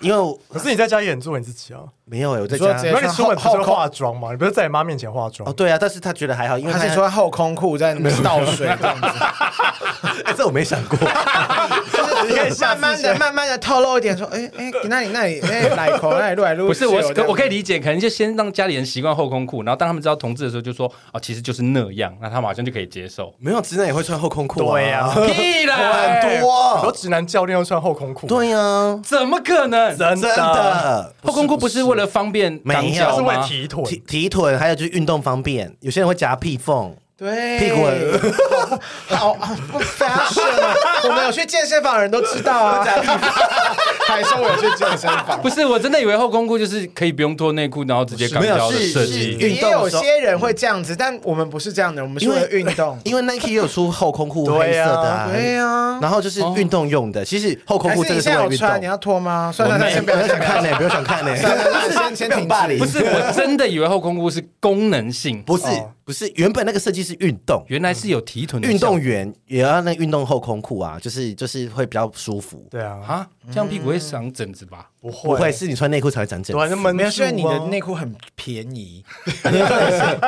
Speaker 3: 因为我
Speaker 4: 可是你在家也很做你自己啊，
Speaker 3: 没有、欸我在
Speaker 2: 你说
Speaker 3: 家
Speaker 2: 直接
Speaker 4: 然后你
Speaker 2: 穿
Speaker 4: 出门不是
Speaker 2: 后
Speaker 4: 会
Speaker 2: 后
Speaker 4: 化妆吗？你不是在你妈面前化妆
Speaker 3: 哦，？对啊，但是他觉得还好，因为
Speaker 2: 他
Speaker 3: 他
Speaker 2: 是说后空裤在倒水这样子，
Speaker 3: 哎这我没想 过，。
Speaker 2: 就是
Speaker 4: 你可以下
Speaker 2: 慢
Speaker 4: 次
Speaker 2: 慢的、慢慢的透露一点，说，哎 哎，那里那里哎，奶口那里撸来撸
Speaker 1: 不
Speaker 2: 去这
Speaker 1: 是
Speaker 2: 样
Speaker 1: 我
Speaker 2: 子，，
Speaker 1: 可我可以理解，可能就先让家里人习惯后空裤，然后当他们知道同志的时候，就说哦，其实就是那样，那他马上就可以接受
Speaker 3: 没有直男也会穿后空裤、啊，
Speaker 4: 对啊
Speaker 1: 屁啦，
Speaker 3: 很
Speaker 4: 很多
Speaker 3: 多，
Speaker 4: 直男教练要穿后空裤，，
Speaker 3: 对啊，
Speaker 1: 怎么可能？
Speaker 4: 真
Speaker 3: 真
Speaker 4: 的，
Speaker 3: 的。
Speaker 1: 后空裤不是为了方便
Speaker 3: 没有啊
Speaker 1: 肛
Speaker 3: 它
Speaker 1: 交
Speaker 4: 是为了
Speaker 1: 吗？
Speaker 4: 提臀。
Speaker 3: 提提臀，还有就是运动方便，有些人会夹屁缝，
Speaker 2: 对
Speaker 3: 屁股很
Speaker 2: 好啊，不 fashion 啊！我们有去健身房的人都知道 啊，还说我有去健身 房。
Speaker 1: 不是，我真的以为后空裤就是可以不用脱内裤，然后直接肛
Speaker 3: 没有
Speaker 1: 交的
Speaker 3: 是
Speaker 1: 设
Speaker 3: 是
Speaker 1: 计。
Speaker 2: 也有些人会这样子，但我们不是这样的，我们是为了运动。
Speaker 3: 因为 Nike 也有出后空裤黑色的啊，
Speaker 2: 对啊
Speaker 3: 然后就是运动用的，其实后空
Speaker 2: 还
Speaker 3: 裤
Speaker 2: 是
Speaker 3: 真
Speaker 2: 你
Speaker 3: 的是
Speaker 2: 现
Speaker 3: 为
Speaker 2: 在
Speaker 3: 了
Speaker 2: 有
Speaker 3: 运
Speaker 2: 穿？你
Speaker 3: 动。
Speaker 2: 要脱吗？算了，那先不
Speaker 3: 不
Speaker 2: 要
Speaker 3: 要想
Speaker 2: 想看
Speaker 3: 看
Speaker 2: 了，
Speaker 3: 呢，不要想看呢，
Speaker 2: 算了，那 先先停止。
Speaker 1: 不是，我真的以为后空裤是功能性，
Speaker 3: 不是
Speaker 4: 哦
Speaker 3: 不是，原本那个设计是运动。
Speaker 1: 原来是有提臀的
Speaker 3: 运动
Speaker 1: 效
Speaker 3: 员也要那运动后空裤啊，就是就是会比较舒服。
Speaker 4: 对啊，
Speaker 1: 果啊，这样屁股会会长疹子吧？
Speaker 4: 不
Speaker 3: 不
Speaker 4: 会，
Speaker 3: 会是你穿内裤才会长疹
Speaker 4: 对啊，
Speaker 3: 子。
Speaker 4: 那闷
Speaker 2: 没有，
Speaker 4: 住
Speaker 2: 是因为你的
Speaker 4: 啊
Speaker 2: 内裤很便宜，
Speaker 3: 嗯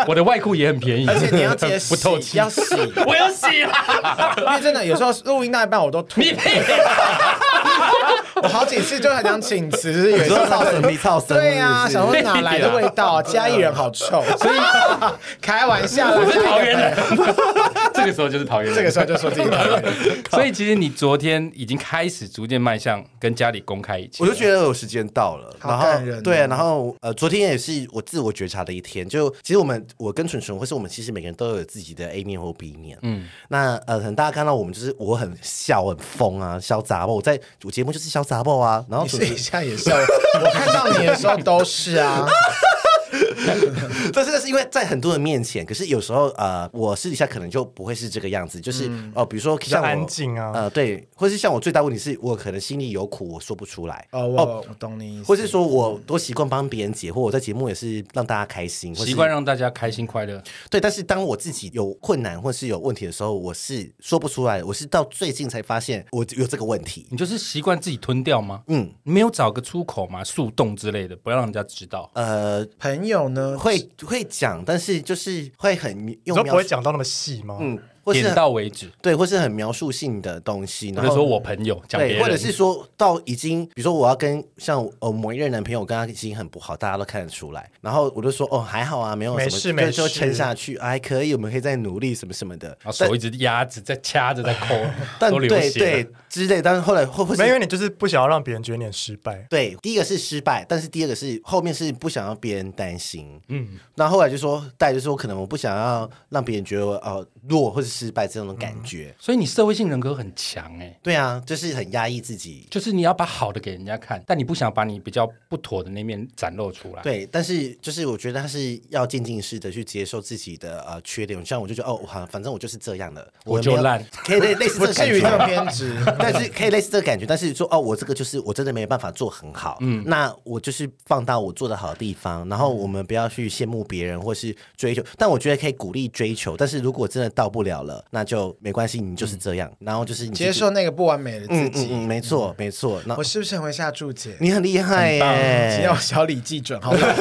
Speaker 1: 我的外裤也很便宜，
Speaker 2: 而且你要直接洗
Speaker 1: 不透气
Speaker 2: 要。洗，因
Speaker 1: 我要洗啦！
Speaker 2: 为真的有时候录音那一半我都吐，
Speaker 1: 你屁！
Speaker 2: 我好几次就很想请辞，就是有
Speaker 3: 你
Speaker 2: 时
Speaker 3: 说
Speaker 2: 候
Speaker 3: 操什么？你操什 么？
Speaker 2: 对啊呀，
Speaker 3: 是
Speaker 2: 想
Speaker 3: 不是
Speaker 2: 说哪来的味道啊？嘉义人好臭，所以 开玩笑啦，
Speaker 1: 我是桃园人， 这个时候就是桃园人。
Speaker 2: 这个时候就说自己桃园人，
Speaker 1: 所以其实你昨天已经开始逐渐迈向跟家里公开一切。
Speaker 3: 我就觉得有时间到了，
Speaker 2: 好
Speaker 3: 然后
Speaker 2: 感人哦
Speaker 3: 对，然后呃，昨天也是我自我觉察的一天。就其实我们，我跟纯纯，或是我们，其实每个人都有自己的 A 面或 B 面。嗯，那呃，可能大家看到我们就是我很笑很疯啊，小杂爆。我在我节目就是小杂爆啊，然后
Speaker 2: 你
Speaker 3: 纯
Speaker 2: 试一下也笑。哦我看到你的时候都是啊，
Speaker 3: 但是那是因为在很多人面前，可是有时候呃，我私底下可能就不会是这个样子，就是哦、呃比如说
Speaker 4: 较
Speaker 3: 像我
Speaker 4: 安静啊
Speaker 3: 呃，对，或是像我最大问题是我可能心里有苦，我说不出来，
Speaker 2: 哦，我我懂你意思，
Speaker 3: 或是说我多习惯帮别人解惑，我在节目也是让大家开心，或是
Speaker 1: 习惯让大家开心快乐。
Speaker 3: 对，但是当我自己有困难或是有问题的时候，我是说不出来，我是到最近才发现我有这个问题。
Speaker 1: 你就是习惯自己吞掉吗？
Speaker 3: 嗯，
Speaker 1: 没有找个出口吗？树洞之类的，不要让人家知道。
Speaker 3: 呃，
Speaker 2: 朋友呢
Speaker 3: 会会讲，但是就是会很
Speaker 4: 你
Speaker 3: 用
Speaker 4: 说
Speaker 3: 描
Speaker 4: 不会讲到那么细吗？
Speaker 3: 嗯，或是
Speaker 1: 点
Speaker 3: 很
Speaker 1: 到为止，
Speaker 3: 对，或是很描述性的东西，
Speaker 1: 或
Speaker 3: 然
Speaker 1: 者
Speaker 3: 后
Speaker 1: 说我朋友讲别
Speaker 3: 对，
Speaker 1: 人，
Speaker 3: 或者是说到已经，比如说我要跟像呃某一任男朋友，我跟他已经很不好，大家都看得出来。然后我就说哦还好啊，没有什么，
Speaker 4: 没事
Speaker 3: 就
Speaker 4: 没
Speaker 3: 就
Speaker 4: 事
Speaker 3: 撑下去，啊还可以，我们可以再努力什么什么的。
Speaker 1: 然后手一直压着，在掐着，在抠，
Speaker 3: 但
Speaker 1: 哦都
Speaker 3: 对
Speaker 1: 流血了。
Speaker 3: 对之类，但是后来会不
Speaker 4: 没有，因
Speaker 3: 会
Speaker 4: 为你就是不想要让别人觉得你很失败。
Speaker 3: 对，第一个是失败，但是第二个是后面是不想让别人担心，嗯，那后来就说，再来就是我可能我不想要让别人觉得我呃弱或是失败这种感觉，
Speaker 1: 所以你社会性人格很强哎、
Speaker 3: 对啊，就是很压抑自己，
Speaker 1: 就是你要把好的给人家看，但你不想把你比较不妥的那面展露出来。
Speaker 3: 对，但是就是我觉得他是要渐进式的去接受自己的呃缺点，像我就觉得哦，好，反正我就是这样的，
Speaker 1: 我就
Speaker 3: 没有
Speaker 1: 烂，
Speaker 3: 可以类类似这
Speaker 2: 不
Speaker 3: 个
Speaker 2: 至
Speaker 3: 感
Speaker 2: 于这么
Speaker 3: 觉。
Speaker 2: 偏执，
Speaker 3: 但是可以类似这个感觉，但是说哦，我这个就是我真的没办法做很好，嗯，那我就是放大我做的好的地方，然后我们不要去羡慕别人或是追求，但我觉得可以鼓励追求，但是如果真的到不了了，那就没关系，你就是这样，然后就是你
Speaker 2: 接，受那个不完美的自
Speaker 3: 嗯嗯
Speaker 2: 己。
Speaker 3: 嗯，没错没错，那
Speaker 2: 我是不是很会下注解？
Speaker 3: 你很哎厉害
Speaker 2: 只要
Speaker 3: 耶，
Speaker 2: 小李记准， 好不好？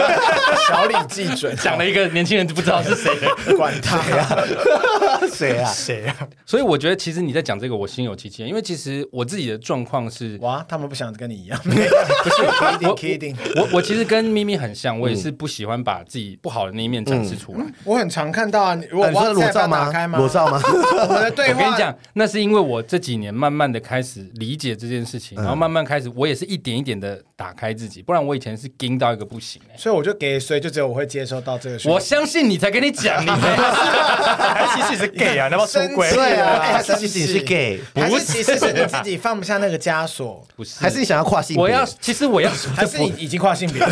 Speaker 2: 小李记准，
Speaker 1: 讲了一个年轻人就不知道是谁，
Speaker 2: 管他呀！
Speaker 3: 谁啊？
Speaker 4: 谁啊？
Speaker 1: 所以我觉得其实你在讲这个，我心有戚戚焉，因为其实我自己的状况是，
Speaker 2: 哇，他们不想跟你 一样，不是 kidding
Speaker 1: 我
Speaker 2: kidding。
Speaker 1: 我我其实跟咪咪很像，我也是不喜欢把自己不好的那一面展示出来。
Speaker 3: 嗯
Speaker 2: 我很常看到啊，你如果
Speaker 3: 啊你说
Speaker 2: WhatsApp
Speaker 3: 裸照
Speaker 2: 要打开吗？
Speaker 3: 裸照吗？
Speaker 2: 我们的对
Speaker 1: 我
Speaker 2: 话，
Speaker 1: 跟你讲，那是因为我这几年慢慢的开始理解这件事
Speaker 2: 嗯
Speaker 1: 情，然后慢慢开始，我也是一点一点的打开自己，不然我以前是盯到一个不行、欸。
Speaker 2: 所以我就给，所以就只有我会接收到这个讯息。
Speaker 1: 我相信你才跟你讲，啊 你才
Speaker 4: 还是其实你是 gay 啊？你要不要出轨？
Speaker 2: 生气
Speaker 3: 对啊，
Speaker 2: 啊
Speaker 3: 哎，还是
Speaker 2: 生
Speaker 3: 其
Speaker 2: 气
Speaker 3: 实你是 gay，
Speaker 2: 还是其实是你自己放不下那个枷锁，
Speaker 1: 不是，
Speaker 3: 还是你想要跨性别？
Speaker 1: 我要，其实我要说
Speaker 2: 还是你已经跨性别了？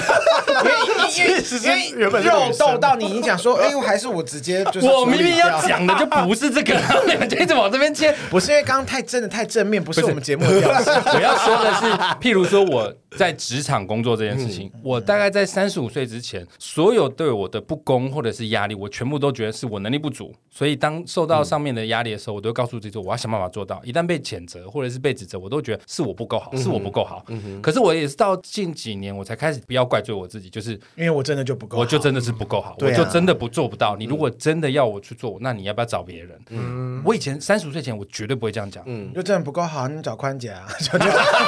Speaker 2: 因为
Speaker 4: 其实
Speaker 2: 因为
Speaker 4: 原
Speaker 2: 因为
Speaker 4: 本是女生
Speaker 2: 肉豆到你，你想说，哎，我还是我直接就是
Speaker 1: 我
Speaker 2: 处理
Speaker 1: 明明
Speaker 2: 掉
Speaker 1: 要讲的就不是这个， 然后你们就一直往这边切。
Speaker 2: 不是因为刚刚太真的太正面，不是我们节目的调性。
Speaker 1: 我要说的是，譬如说我在职场工作这件事情，
Speaker 3: 嗯
Speaker 1: 我大概在三十五岁之前，所有对我的不公或者是压力，我全部都觉得是我能力不足。所以当受到上面的压力的时候，我都会告诉自己说，我要想办法做到。一旦被谴责或者是被指责，我都觉得是我不够
Speaker 3: 嗯
Speaker 1: 好，是我不够好。可是我也是到近几年，我才开始不要怪罪我自己，就是
Speaker 2: 因为我真的就不够好，
Speaker 1: 我就真的是不够好，
Speaker 3: 对
Speaker 1: 我
Speaker 3: 啊嗯
Speaker 1: 就真的不做不到。你如果真的要我去做，那你要不要找别人？我以前三十五岁前，我绝对不会这样讲。
Speaker 3: 嗯
Speaker 2: 你就真的不够好，你找宽姐啊，就就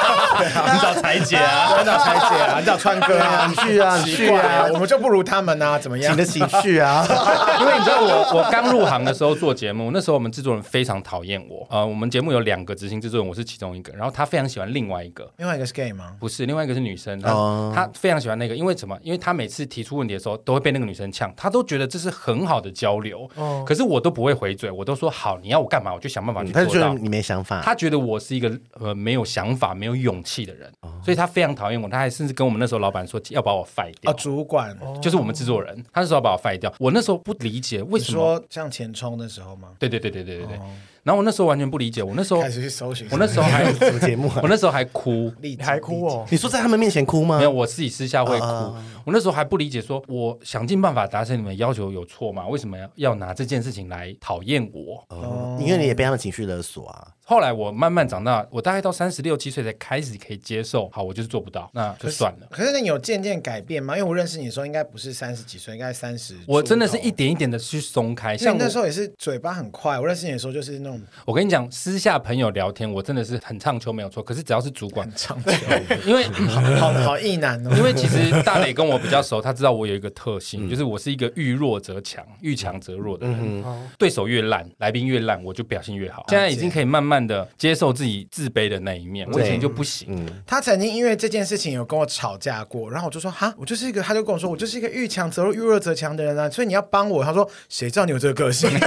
Speaker 1: 你找裁姐啊，
Speaker 2: 你找柴姐啊，你找川哥啊，
Speaker 3: 你去啊，你
Speaker 2: 奇
Speaker 3: 去
Speaker 2: 怪
Speaker 3: 啊
Speaker 2: 啊，，我们就不如他们啊，怎么
Speaker 3: 你
Speaker 2: 样
Speaker 3: 的？情绪啊，
Speaker 1: 因为你知道我，我刚入行的时候做节目，那时候我们制作人非常讨厌我。呃，我们节目有两个执行制作人，我是其中一个，然后他非常喜欢另外一个。
Speaker 2: 另外一个是 gay 吗？
Speaker 1: 不是，另外一个是女生，她、她非常喜欢那个，因为什么？因为她每次提出问题的时候，都会被那个女生呛，她都觉得这是很好的交流，可是我都不会回嘴，我都说好，你要我干嘛，我就想办法去做到。
Speaker 3: 他就觉得你没啊想法，
Speaker 1: 他觉得我是一个呃没有想法、没有勇气的人，所以他非常讨厌我。他还甚至跟我们那时候老板说要把我 f 掉，
Speaker 2: 啊，主管，
Speaker 1: 就是我们制作人，他那时候要把我 f 掉。我那时候不理解为
Speaker 2: 你
Speaker 1: 什么。
Speaker 2: 说向前冲的时候吗？
Speaker 1: 对对对对对对对。然后我那时候完全不理解，我那时候
Speaker 2: 哦开始去搜寻，
Speaker 1: 我那时候还
Speaker 3: 什么节目啊
Speaker 1: 我？那时候还哭，
Speaker 2: 你
Speaker 4: 你还哭？哦？
Speaker 3: 你说在他们面前哭吗
Speaker 1: 没？有我自己私下会哭。
Speaker 2: 啊
Speaker 1: 我那时候还不理解说，我想尽办法达成你们的要求有错吗？为什么要要拿这件事情来讨厌我？
Speaker 3: 哦因为你也被他们情绪勒索啊，
Speaker 1: 后来我慢慢长大，我大概到三十六七岁才开始可以接受，好，我就是做不到，那就算了。
Speaker 2: 可是那你有渐渐改变吗？因为我认识你的时候，应该不是三十几岁，应该三十。
Speaker 1: 我真的是一，点一点的去松开，
Speaker 2: 像
Speaker 1: 像
Speaker 2: 你那时
Speaker 1: 我，
Speaker 2: 候也是嘴巴很快。我认识你的时候就是那种
Speaker 1: 我跟你讲，私下朋友聊天，我真的是很唱秋没有错。可是只要是主管，
Speaker 2: 长久，
Speaker 1: 因为
Speaker 2: 好好意男哦。
Speaker 1: 因为其实大磊跟我比较熟，他知道我有一个特性，就是我是一个遇弱则强，遇强则弱的人。对手越烂，来宾越烂，我就表现越好。现在已经可以慢慢的接受自己自卑的那一面，我以前就不行。
Speaker 3: 嗯
Speaker 2: 他曾经因为这件事情有跟我吵架过，然后我就说哈，我就是一个，他就跟我说我就是一个遇强则弱、遇弱则强的人啊，所以你要帮我。他说谁知道你有这个个性？因为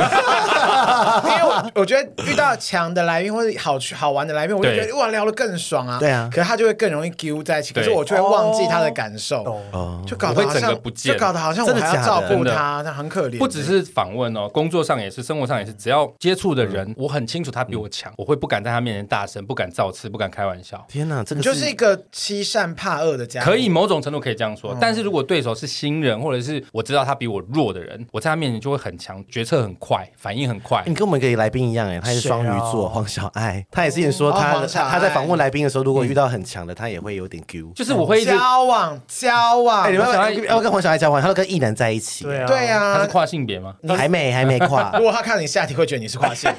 Speaker 2: 我我觉得遇到强的来宾或者好好玩的来宾，我就觉
Speaker 1: 对
Speaker 2: 得哇聊得更爽啊。
Speaker 3: 对啊
Speaker 2: 可是他就会更容易揪在一起，可是
Speaker 1: 对
Speaker 2: 我就会忘记他的感受，
Speaker 4: 懂
Speaker 3: 哦
Speaker 2: 就搞得
Speaker 1: 哦我会
Speaker 2: 好
Speaker 1: 整个
Speaker 2: 像
Speaker 1: 不见
Speaker 2: 就搞得好像我
Speaker 3: 真的
Speaker 2: 还要
Speaker 3: 假的
Speaker 2: 照顾
Speaker 1: 真的
Speaker 2: 他，那很可怜。
Speaker 1: 不只是访问哦，工作上也是，生活上也是，只要接触的人，我很清楚他比我强，我会不敢在他面前大声，不敢造次，不敢开玩笑。
Speaker 3: 天哪，这个
Speaker 2: 你欸就是一个欺善怕恶的家伙，
Speaker 1: 可以某种程度可以这样说，但是如果对手是新人，或者是我知道他比我弱的人，我在他面前就会很强，决策很快，反应很快
Speaker 3: 你。跟我们一个来宾一样哎，他是双鱼
Speaker 4: 谁
Speaker 3: 座，
Speaker 4: 啊
Speaker 3: 黄小爱，他也之前说
Speaker 2: 哦
Speaker 3: 他、
Speaker 2: 黄小爱
Speaker 3: 他在访问来宾的时候，如果遇到很强的，他也会有点 Q。
Speaker 1: 就是我会一直
Speaker 2: 交往交往。
Speaker 3: 哎，你们
Speaker 1: 黄小
Speaker 3: 要
Speaker 1: 爱
Speaker 3: 要要跟黄小爱交往，他都跟异男在一起，
Speaker 4: 对啊，
Speaker 2: 对
Speaker 4: 啊，
Speaker 2: 啊，
Speaker 1: 他是跨性别 吗？
Speaker 3: 还没还没跨
Speaker 2: 如，果他看你下体，会觉得你是 跨性。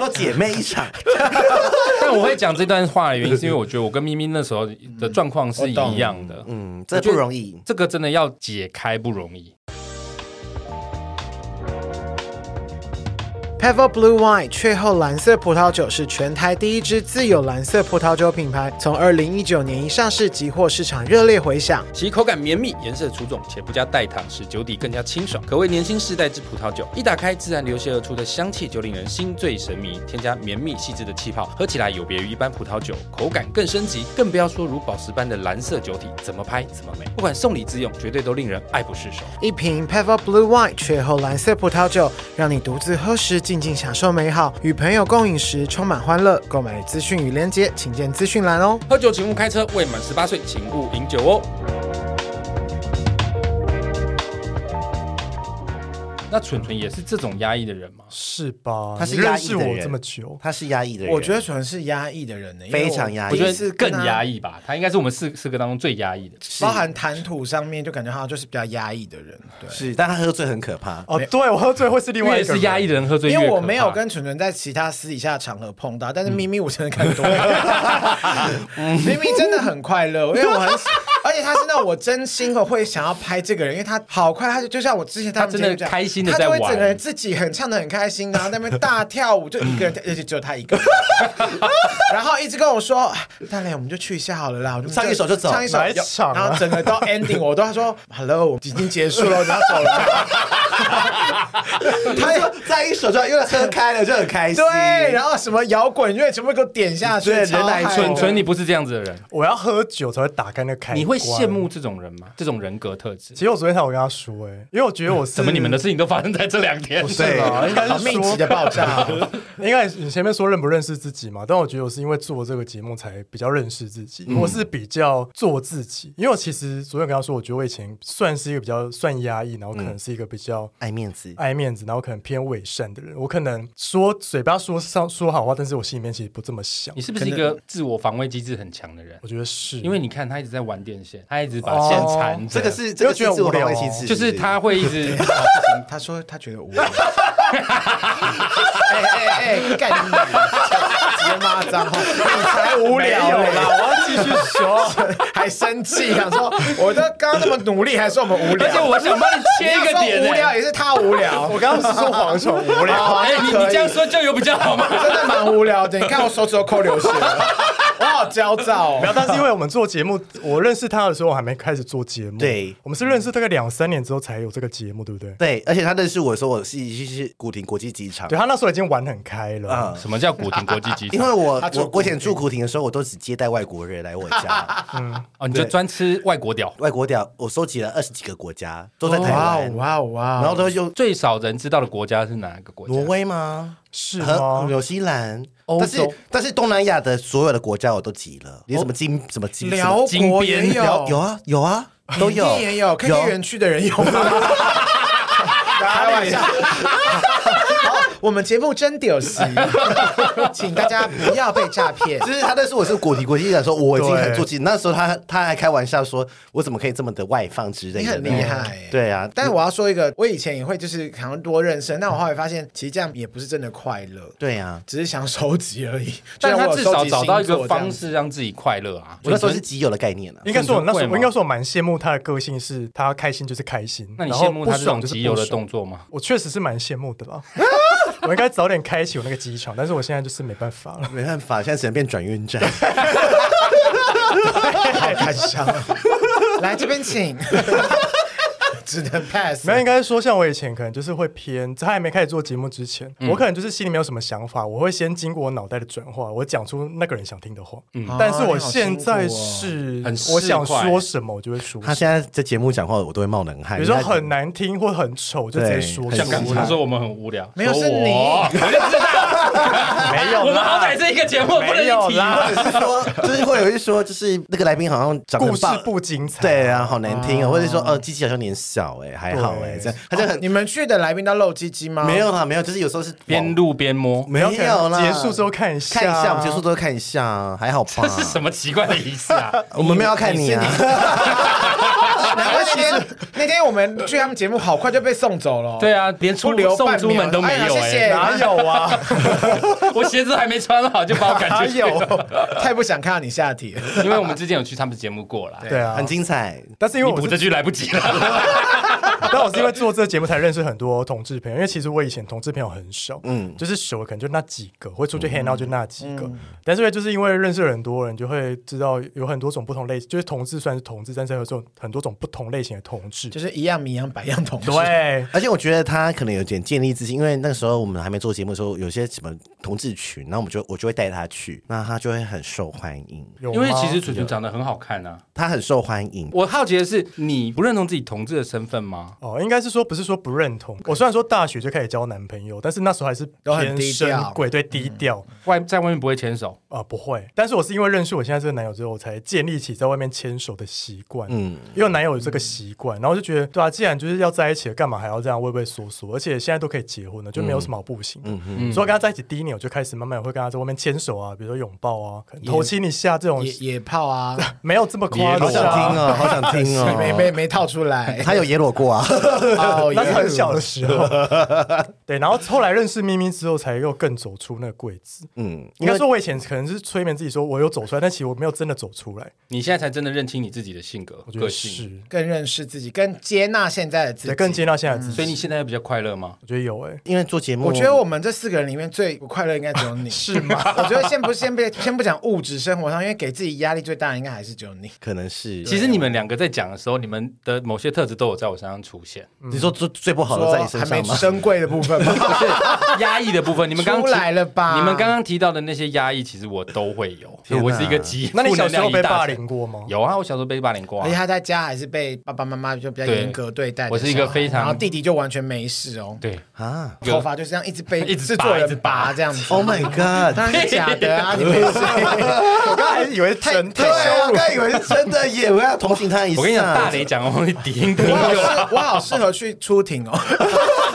Speaker 3: 都姐妹一场。
Speaker 1: 但我会讲这段话的原因，是因为我觉得我跟咪咪那时候的状况是一样的。
Speaker 3: 嗯，这不容易。
Speaker 1: 这个真的要解开不容易。
Speaker 2: Pavot Blue Wine 雀后蓝色葡萄酒是全台第一支自有蓝色葡萄酒品牌，从二零一九年一上市即获市场热烈回响。
Speaker 1: 其口感绵密，颜色出众，且不加代糖，使酒底更加清爽，可谓年轻世代之葡萄酒。一打开，自然流泻而出的香气就令人心醉神迷。添加绵密细致的气泡，喝起来有别于一般葡萄酒，口感更升级。更不要说如宝石般的蓝色酒体，怎么拍怎么美。不管送礼自用，绝对都令人爱不释手。
Speaker 2: 一瓶 Pavot Blue Wine 雀后蓝色葡萄酒，让你独自喝时静静享受美好，与朋友共饮时充满欢乐。购买资讯与链接，请见资讯栏哦。
Speaker 1: 喝酒请勿开车，未满十八岁请勿饮酒哦。那蠢蠢也是这种压抑的人吗？
Speaker 4: 是吧？
Speaker 3: 他是
Speaker 4: 你认
Speaker 3: 压抑
Speaker 4: 识
Speaker 3: 的
Speaker 4: 我
Speaker 3: 人
Speaker 4: 这么久，
Speaker 3: 他是压抑的人，
Speaker 2: 我觉得纯是压抑的人呢，因为
Speaker 3: 非常压抑
Speaker 1: 我觉
Speaker 2: 第一次
Speaker 1: 得更
Speaker 2: 跟他
Speaker 1: 压抑吧，他应该是我们四四个当中最压抑的。
Speaker 2: 包含谈吐上面，就感觉他就是比较压抑的人。对，
Speaker 3: 是，但他喝醉很可怕。
Speaker 4: 哦，对我喝醉会是另外
Speaker 1: 越
Speaker 4: 一个
Speaker 1: 是压抑
Speaker 4: 人，
Speaker 1: 的人喝醉，
Speaker 2: 因为
Speaker 1: 越啊
Speaker 2: 我
Speaker 1: 可怕
Speaker 2: 没有跟纯纯在其他私底下的场合碰到，但是咪咪我真的看多了，咪咪真的很快乐，因为我很喜。 而且他真的，我真心的会想要拍这个人，因为他好快，他就就像我之前他们
Speaker 1: 他真的
Speaker 2: 节目讲
Speaker 1: 开心地
Speaker 2: 他就会
Speaker 1: 在玩
Speaker 2: 整个人自己很唱的很开心，然后在那边大跳舞，就一个人，而且只有他一个，然后一直跟我说，啊大雷我们就去一下好了啦，我们就
Speaker 3: 唱一首就走
Speaker 2: 唱一首
Speaker 4: 哪一场啊
Speaker 2: 然后整个到 ending 我都他说 hello，我们已经结束了，我们要走了。
Speaker 3: 他就在一手就因为喝开了就很开心。
Speaker 2: 对，然后什么摇滚乐全部给我点下去，
Speaker 3: 对
Speaker 2: 超
Speaker 3: 人来
Speaker 2: 嗨
Speaker 1: 蠢
Speaker 2: 的
Speaker 1: 蠢，你不是这样子的人，
Speaker 4: 我要喝酒才会打开那开关。
Speaker 1: 你会羡？慕这种人吗？这种人格特质
Speaker 4: 其？实我昨天才有跟他说，哎，因为我觉得我 是
Speaker 1: 怎么你们的事情都发生在这两天？
Speaker 4: 对吧？应该
Speaker 2: 好
Speaker 4: 是
Speaker 2: 密
Speaker 4: 说
Speaker 2: 集的爆炸哦。
Speaker 4: 应该你前面说认不认识自己嘛，但我觉得我是因为做这个节目才比较认识自己，
Speaker 1: 嗯
Speaker 4: 我是比较做自己，因为我其实昨天跟他说，我觉得我以前算是一个比较算压抑，然后可
Speaker 1: 嗯
Speaker 4: 能是一个比较
Speaker 3: 爱面子，
Speaker 4: 爱面子，然后可能偏伪善的人，我可能说嘴巴说上说好话，但是我心里面其实不这么想
Speaker 1: 你，是不是一个自我防卫机制很强的人
Speaker 4: 我？觉得是
Speaker 1: 因为。你看他一直在玩电线，他一直把线
Speaker 4: 哦
Speaker 1: 缠着，
Speaker 3: 嗯这个是这个
Speaker 4: 因为觉
Speaker 3: 是
Speaker 4: 得
Speaker 3: 自我
Speaker 4: 无聊
Speaker 3: 防卫
Speaker 4: 哦
Speaker 3: 机制，
Speaker 1: 就是 他会一直。
Speaker 2: 他说他觉得无聊。哎哎哎，干你！直接骂脏话，你才无
Speaker 4: 没有
Speaker 2: 聊
Speaker 4: 啦，
Speaker 2: 嘞，
Speaker 4: 我要继续说。
Speaker 2: 还生气，想说我都刚刚那么努力，还说我们无 聊。
Speaker 1: 而且我想帮你切一个点欸
Speaker 2: 你要说无
Speaker 1: 呢、
Speaker 2: 聊也是他无聊，哦
Speaker 4: 我刚刚是说蝗虫 无聊，
Speaker 1: 哎、你你这样说就有比较好吗？
Speaker 2: 真的蛮无聊的。你看我手指都抠流血了，我好焦躁哦。
Speaker 4: 没有，但是因为我们做节目，我认识他的时候，我还没开始做节目。
Speaker 3: 对
Speaker 4: 我们是认识大概两三年之后才有这个节目，对不对？
Speaker 3: 对，而且他认识我的时候，我是是古亭国际机场
Speaker 4: 对，他那时候已经玩很开了，
Speaker 1: 什么叫古亭国际机
Speaker 3: 因为
Speaker 1: 场？
Speaker 3: 我
Speaker 2: 他住
Speaker 3: 我
Speaker 2: 古
Speaker 3: 我以前住古亭的时候，我都只接待外国人来我 家，
Speaker 1: 哦，你就专吃外国屌。
Speaker 3: 外国屌，我收集了二十几个国家，都在台湾，
Speaker 2: 哇哦哇
Speaker 3: 然后都用
Speaker 1: 最少人知道的国家是哪个国家？
Speaker 3: 挪威吗？
Speaker 4: 是
Speaker 3: 和
Speaker 4: 吗？
Speaker 3: 纽西兰，
Speaker 1: 欧
Speaker 3: 但
Speaker 1: 洲
Speaker 3: 是但是东南亚的所有的国家我都集了，连什么金什么金什
Speaker 2: 辽
Speaker 3: 么
Speaker 2: 国也
Speaker 1: 金边
Speaker 2: 哦有
Speaker 3: 有啊有啊 都有
Speaker 2: 一 定也有 KK 园区的人有吗？开玩笑，我们节目真屌丝，请大家不要被诈 骗。
Speaker 3: 就是他那时候我是果提国际讲说我已经很做自己，那时候他他还开玩笑说，我怎么可以这么的外放之类的，
Speaker 2: 你很厉害
Speaker 3: 对啊，
Speaker 2: 但我要说一个，我以前也会就是想要多认识，但我后来发现，其实这样也不是真的快乐，
Speaker 3: 对啊，
Speaker 2: 只是想收集而已。
Speaker 1: 但
Speaker 2: 虽然
Speaker 1: 他
Speaker 2: 我有
Speaker 1: 至
Speaker 2: 收
Speaker 1: 少
Speaker 2: 集
Speaker 1: 找到一
Speaker 2: 星
Speaker 1: 个
Speaker 2: 座这样
Speaker 1: 方式让自己快乐啊。
Speaker 3: 我那时候是极有的概念了、啊
Speaker 4: 啊应该说，我那时
Speaker 1: 会
Speaker 4: 候
Speaker 1: 吗
Speaker 4: 我应该说，我蛮羡慕他的个性，是他开心就是开心，
Speaker 1: 那你
Speaker 4: 然后
Speaker 1: 羡慕他
Speaker 4: 不
Speaker 1: 这
Speaker 4: 爽
Speaker 1: 种
Speaker 4: 就是
Speaker 1: 极
Speaker 4: 不
Speaker 1: 有的
Speaker 4: 爽
Speaker 1: 动作吗？
Speaker 4: 我确实是蛮羡慕的啦。 我应该早点开启我那个机场，但是我现在就是没办法了。
Speaker 3: 没办法，现在只能变转运 站。
Speaker 2: 太感伤
Speaker 4: 啊
Speaker 2: 了。来这边请， 只能 pass
Speaker 4: 没。有，应该说像我以前可能就是会偏，在还没开始做节目之前，
Speaker 1: 嗯
Speaker 4: 我可能就是心里没有什么想法，我会先经过我脑袋的转化，我讲出那个人想听的话。但是
Speaker 2: 啊
Speaker 4: 我
Speaker 2: 你好
Speaker 4: 现
Speaker 2: 辛
Speaker 4: 在
Speaker 2: 苦哦
Speaker 4: 是，
Speaker 1: 嗯很市侩
Speaker 4: 我想说什么我就会说什么。
Speaker 3: 他现在在节目讲话，我都会冒冷汗。
Speaker 4: 比如说很难听或很丑，就直接说
Speaker 3: 对
Speaker 4: 出
Speaker 1: 像刚才
Speaker 4: 来。
Speaker 1: 说我们很无聊，
Speaker 2: 没有
Speaker 1: 说
Speaker 2: 是你
Speaker 1: 我我就知道，
Speaker 4: 没有啦
Speaker 1: 我们好歹是一个节目，不能
Speaker 4: 没有
Speaker 1: 一提
Speaker 4: 啦
Speaker 1: 嘛。
Speaker 3: 或者是说，就是会有一说，就是那个来宾好像长得
Speaker 4: 故
Speaker 3: 很
Speaker 4: 事
Speaker 3: 棒
Speaker 4: 不精彩，哦
Speaker 3: 对啊，好难听啊，或者是说呃，机器好像脸小哎，还好哎，
Speaker 4: 对
Speaker 3: 这样他就很
Speaker 2: 你们去的来宾都露鸡鸡吗？
Speaker 3: 没 有啦，没有，就是有时候是哦
Speaker 1: 边录边摸，
Speaker 3: 没有
Speaker 4: 可能
Speaker 3: 啦，
Speaker 4: 结束之后看一下啊
Speaker 3: 看一下，我们结束之后看一下，还好吧
Speaker 1: 这？是什么奇怪的仪式啊？
Speaker 3: 我们没有要看你啊，
Speaker 2: 难怪那天那天我们去他们节目，好快就被送走了。
Speaker 1: 对啊，连出
Speaker 2: 不留
Speaker 1: 送
Speaker 2: 半
Speaker 1: 出门
Speaker 2: 秒
Speaker 1: 都没
Speaker 2: 哎呀
Speaker 1: 有
Speaker 2: 谢
Speaker 1: 哎，
Speaker 2: 谢
Speaker 4: 哪有啊？
Speaker 1: 我鞋子还没穿好就把我赶
Speaker 2: 哪
Speaker 1: 出去了
Speaker 2: 有， 太不想看到你下体了。
Speaker 1: 因为我们之前有去他们节目过啦。
Speaker 4: 对啊
Speaker 3: 很，精彩。
Speaker 4: 但是因为
Speaker 1: 你
Speaker 4: 我
Speaker 1: 补
Speaker 4: 是
Speaker 1: 这句来不及了，
Speaker 4: 但我是因为做这个节目才认识很多同志朋友，因为其实我以前同志朋友很少，
Speaker 3: 嗯
Speaker 4: 嗯，就是熟的可能就那几个，会出去 hang out 就那几个。但是就是因为认识了很多人，就会知道有很多种不同类，就是同志算是同志，但是还有这种很多种不同类型的同志。
Speaker 2: 就是一样米养百样同事。
Speaker 4: 对，
Speaker 3: 而且我觉得他可能有点建立自信，因为那时候我们还没做节目的时候，有些什么同志群，然后我们就我就会带他去，那他就会很受欢迎，
Speaker 4: 有啊
Speaker 1: 因为
Speaker 4: 吗
Speaker 1: 其实纯纯长得很好看啊。
Speaker 3: 他很受欢迎。
Speaker 1: 我好奇的是，你不认同自己同志的身份吗？
Speaker 4: 哦，应该是说不是说不认同。我虽然说大学就开始交男朋友，但是那时候还是
Speaker 2: 都很
Speaker 4: 偏
Speaker 2: 低
Speaker 4: 深
Speaker 2: 调
Speaker 4: 贵，对低调
Speaker 1: 外在外面不会牵手，
Speaker 4: 啊、不会。但是我是因为认识我现在这个男友之后，我才建立起在外面牵手的习惯。嗯，因为我男友有这个习惯，然后就觉得对啊，既然就是要在一起了，干嘛还要这样畏畏缩缩？而且现在都可以结婚了，就没有什么好不行的。
Speaker 1: 嗯
Speaker 4: 所以我跟他在一起第一年，我就开始慢慢会跟他在外面牵手啊，比如说拥抱啊，可能头亲一下这种，
Speaker 2: 野野炮啊，
Speaker 4: 没有这么 夸
Speaker 3: 好
Speaker 4: 张
Speaker 3: 想
Speaker 4: 啊、
Speaker 3: 听哦，好想听 哦，
Speaker 2: 没没没套出来。
Speaker 3: 他有野裸过啊，
Speaker 2: 哦，
Speaker 4: 那是很
Speaker 2: 有
Speaker 4: 小的时候，对，然后后来认识咪咪之后，才又更走出那个柜子。
Speaker 3: 嗯，
Speaker 4: 应该说，我以前可能是催眠自己说我有走出来，但其实我没有真的走出来。
Speaker 1: 你现在才真的认清你自己的性格
Speaker 4: 我觉
Speaker 1: 个
Speaker 4: 得
Speaker 1: 性，
Speaker 4: 是，
Speaker 2: 更认识自己，更接纳现在的自己，
Speaker 4: 对，更接纳现在的自己。
Speaker 1: 所以你现在比较快乐吗？
Speaker 4: 我觉得有哎、
Speaker 3: 因为做节目，
Speaker 2: 我觉得我们这四个人里面最不快乐应该只有你，是吗？ 我觉得先不先不先不讲物质生活上，因为给自己压力最大的应该还是只有你。
Speaker 3: 可能是，
Speaker 1: 其实你们两个在讲的时候，你们的某些特质都有在我身上出现，
Speaker 3: 你说最最不好的
Speaker 2: 说
Speaker 3: 哦在你身
Speaker 2: 还
Speaker 3: 上
Speaker 2: 没
Speaker 3: 吗？
Speaker 2: 珍贵的部分吗？
Speaker 1: 不是压抑的部分。你们刚刚提
Speaker 2: 出来了吧
Speaker 1: 你们刚刚提到的那些压抑，其实我都会有。
Speaker 3: 天哪
Speaker 1: 我是一个极
Speaker 4: 那你
Speaker 1: 负
Speaker 4: 小
Speaker 1: 能
Speaker 4: 时
Speaker 1: 量
Speaker 4: 候
Speaker 1: 一
Speaker 4: 被
Speaker 1: 大
Speaker 4: 霸
Speaker 1: 群
Speaker 4: 凌过吗？
Speaker 1: 有啊，我小时候被霸凌过、
Speaker 2: 而
Speaker 1: 啊
Speaker 2: 且。他在家还是被爸爸妈妈就比较严格对待的
Speaker 1: 我是一个非常
Speaker 2: 然后弟弟就完全没事哦，
Speaker 1: 对，
Speaker 3: 啊
Speaker 2: 头发就这样一直被
Speaker 1: 一直拔
Speaker 2: 制作
Speaker 1: 一直
Speaker 2: 人
Speaker 1: 拔
Speaker 2: 拔这样子。
Speaker 3: ，Oh my God！
Speaker 2: 当然是假的啊，你没事。
Speaker 4: 我刚才以为是真
Speaker 3: 对
Speaker 4: 的，
Speaker 3: 啊，我刚以为是真的耶，我要同情他一下。
Speaker 1: 我跟你 讲，大雷讲的话会顶
Speaker 2: 我好适
Speaker 1: 我。，
Speaker 2: 我好适合去出庭哦。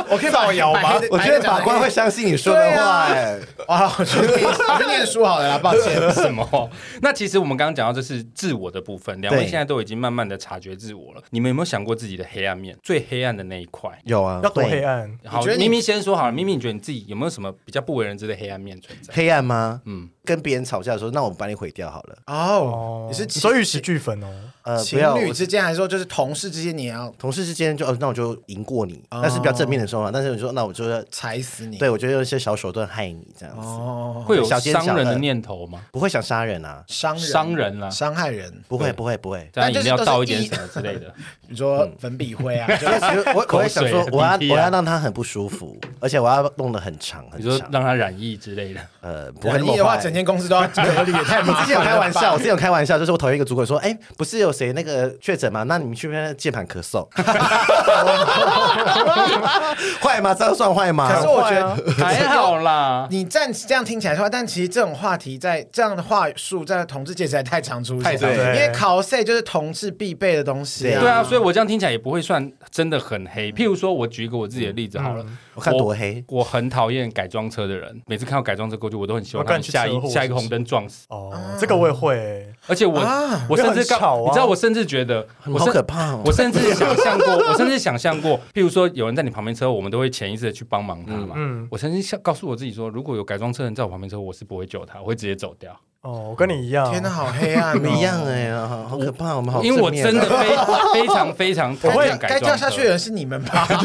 Speaker 2: 我可以造谣
Speaker 4: 吗
Speaker 3: 我觉得法官会相信你说的话哎。
Speaker 2: 啊，哎我去念我去念书好了啦，抱歉。
Speaker 1: 什么？那其实我们刚刚讲到这是自我的部分，两位
Speaker 3: 对
Speaker 1: 现在都已经慢慢的察觉自我了。你们有没有想过自己的黑暗面？最黑暗的那一块？
Speaker 3: 有啊，
Speaker 4: 要多
Speaker 3: 会
Speaker 4: 黑暗？
Speaker 1: 好
Speaker 2: 觉得，你
Speaker 1: 咪咪先说好了。咪咪，你觉得你自己有没有什么比较不为人知的黑暗面存在？
Speaker 3: 黑暗吗？
Speaker 1: 嗯
Speaker 3: 嗯，跟别人吵架的时候，那我把你毁掉好了。
Speaker 2: 哦
Speaker 3: Oh，
Speaker 4: 哦，，
Speaker 2: 你是
Speaker 4: 你说玉石俱焚哦。
Speaker 3: 呃，不
Speaker 2: 情
Speaker 3: 要，
Speaker 2: 侣
Speaker 3: 我
Speaker 2: 之间，还是说就是同事之间，你也要
Speaker 3: 同事之间就哦，那我就赢过你，
Speaker 2: 哦
Speaker 3: 那是比较正面的说法。但是你说，那我就要，
Speaker 2: 踩死你？
Speaker 3: 对我就用一些小手段害你这样子，
Speaker 2: 哦，
Speaker 1: 会有
Speaker 3: 小奸小恶
Speaker 1: 伤人的念头吗？
Speaker 3: 不会想杀人啊，
Speaker 2: 伤人
Speaker 1: 伤人啦、
Speaker 2: 伤害人，
Speaker 3: 不会，不会，不会。
Speaker 1: 在
Speaker 2: 但
Speaker 1: 饮
Speaker 2: 就是
Speaker 1: 料
Speaker 2: 都是
Speaker 1: 倒一点
Speaker 2: 意
Speaker 1: 什么之类的。
Speaker 2: 你说粉笔灰 啊，就
Speaker 3: 但其实我我会想说
Speaker 1: 口，水
Speaker 3: 我要
Speaker 1: 鼻涕啊
Speaker 3: 我要让他很不舒服，而且我要弄得很长很
Speaker 1: 你说
Speaker 3: 长。
Speaker 1: 让他染疫之类的，
Speaker 3: 呃，不
Speaker 2: 不
Speaker 3: 会
Speaker 2: 会
Speaker 3: 那
Speaker 2: 你
Speaker 3: 么
Speaker 2: 的话，
Speaker 3: 坏
Speaker 2: 整整间公司都要隔离，也太
Speaker 3: 我
Speaker 2: 麻
Speaker 3: 之
Speaker 2: 烦
Speaker 3: 前有
Speaker 2: 了吧
Speaker 3: 开玩笑，
Speaker 1: 啊
Speaker 3: 我之前有开玩笑，就是我讨厌一个主管说，哎、不是有谁那个确诊吗？那你们去那键盘咳 嗽， 坏吗？这样算坏啊吗？
Speaker 2: 可是我觉得
Speaker 1: 还好啦，
Speaker 2: 你这样这样听起来的话，但其实这种话题在这样的话术在同志界实在太常出
Speaker 1: 太
Speaker 2: 现，
Speaker 1: 常
Speaker 4: 出现
Speaker 2: 因为 cos 就是同志必备的东西、啊。
Speaker 1: 对啊，所以我这样听起来也不会算真的很黑。譬如说，我举一个我自己的例子好了，
Speaker 3: 我看多黑啊
Speaker 1: 我很讨厌改装车的人，每次看到改装车过去，我都很希望
Speaker 4: 我
Speaker 1: 他
Speaker 4: 啊干
Speaker 1: 们
Speaker 4: 去
Speaker 1: 下
Speaker 4: 车祸
Speaker 1: 一
Speaker 4: 是
Speaker 1: 下一个
Speaker 4: 不是
Speaker 1: 红灯撞死。
Speaker 4: 哦，这个我也会欸，
Speaker 1: 而且我、
Speaker 2: 啊
Speaker 1: 我
Speaker 4: 因为
Speaker 1: 甚至
Speaker 4: 很
Speaker 1: 刚
Speaker 4: 吵啊
Speaker 1: 你知道，我甚至觉得我
Speaker 3: 好
Speaker 1: 甚
Speaker 3: 可怕、哦
Speaker 1: 我。甚至想象过，我甚至想象过，譬如说有人在你旁边车，我们都会潜意识的去帮忙他嘛。
Speaker 4: 嗯
Speaker 1: 我曾经想告诉我自己说，如果有改装车人在我旁边车，我是不会救他，我会直接走掉，
Speaker 4: 哦，我跟你一样，
Speaker 2: 啊天哪，好黑暗、
Speaker 3: 不
Speaker 2: 哦！
Speaker 3: 一样哎、呀，好好可怕！我们好正面
Speaker 1: 因
Speaker 3: 啊，
Speaker 1: 为我真的非 非常非常
Speaker 2: 该
Speaker 1: 讨
Speaker 2: 掉
Speaker 1: 厌
Speaker 2: 该
Speaker 1: 改
Speaker 2: 掉
Speaker 1: 装
Speaker 2: 下
Speaker 1: 车。
Speaker 2: 去的人是你们吧？
Speaker 4: 我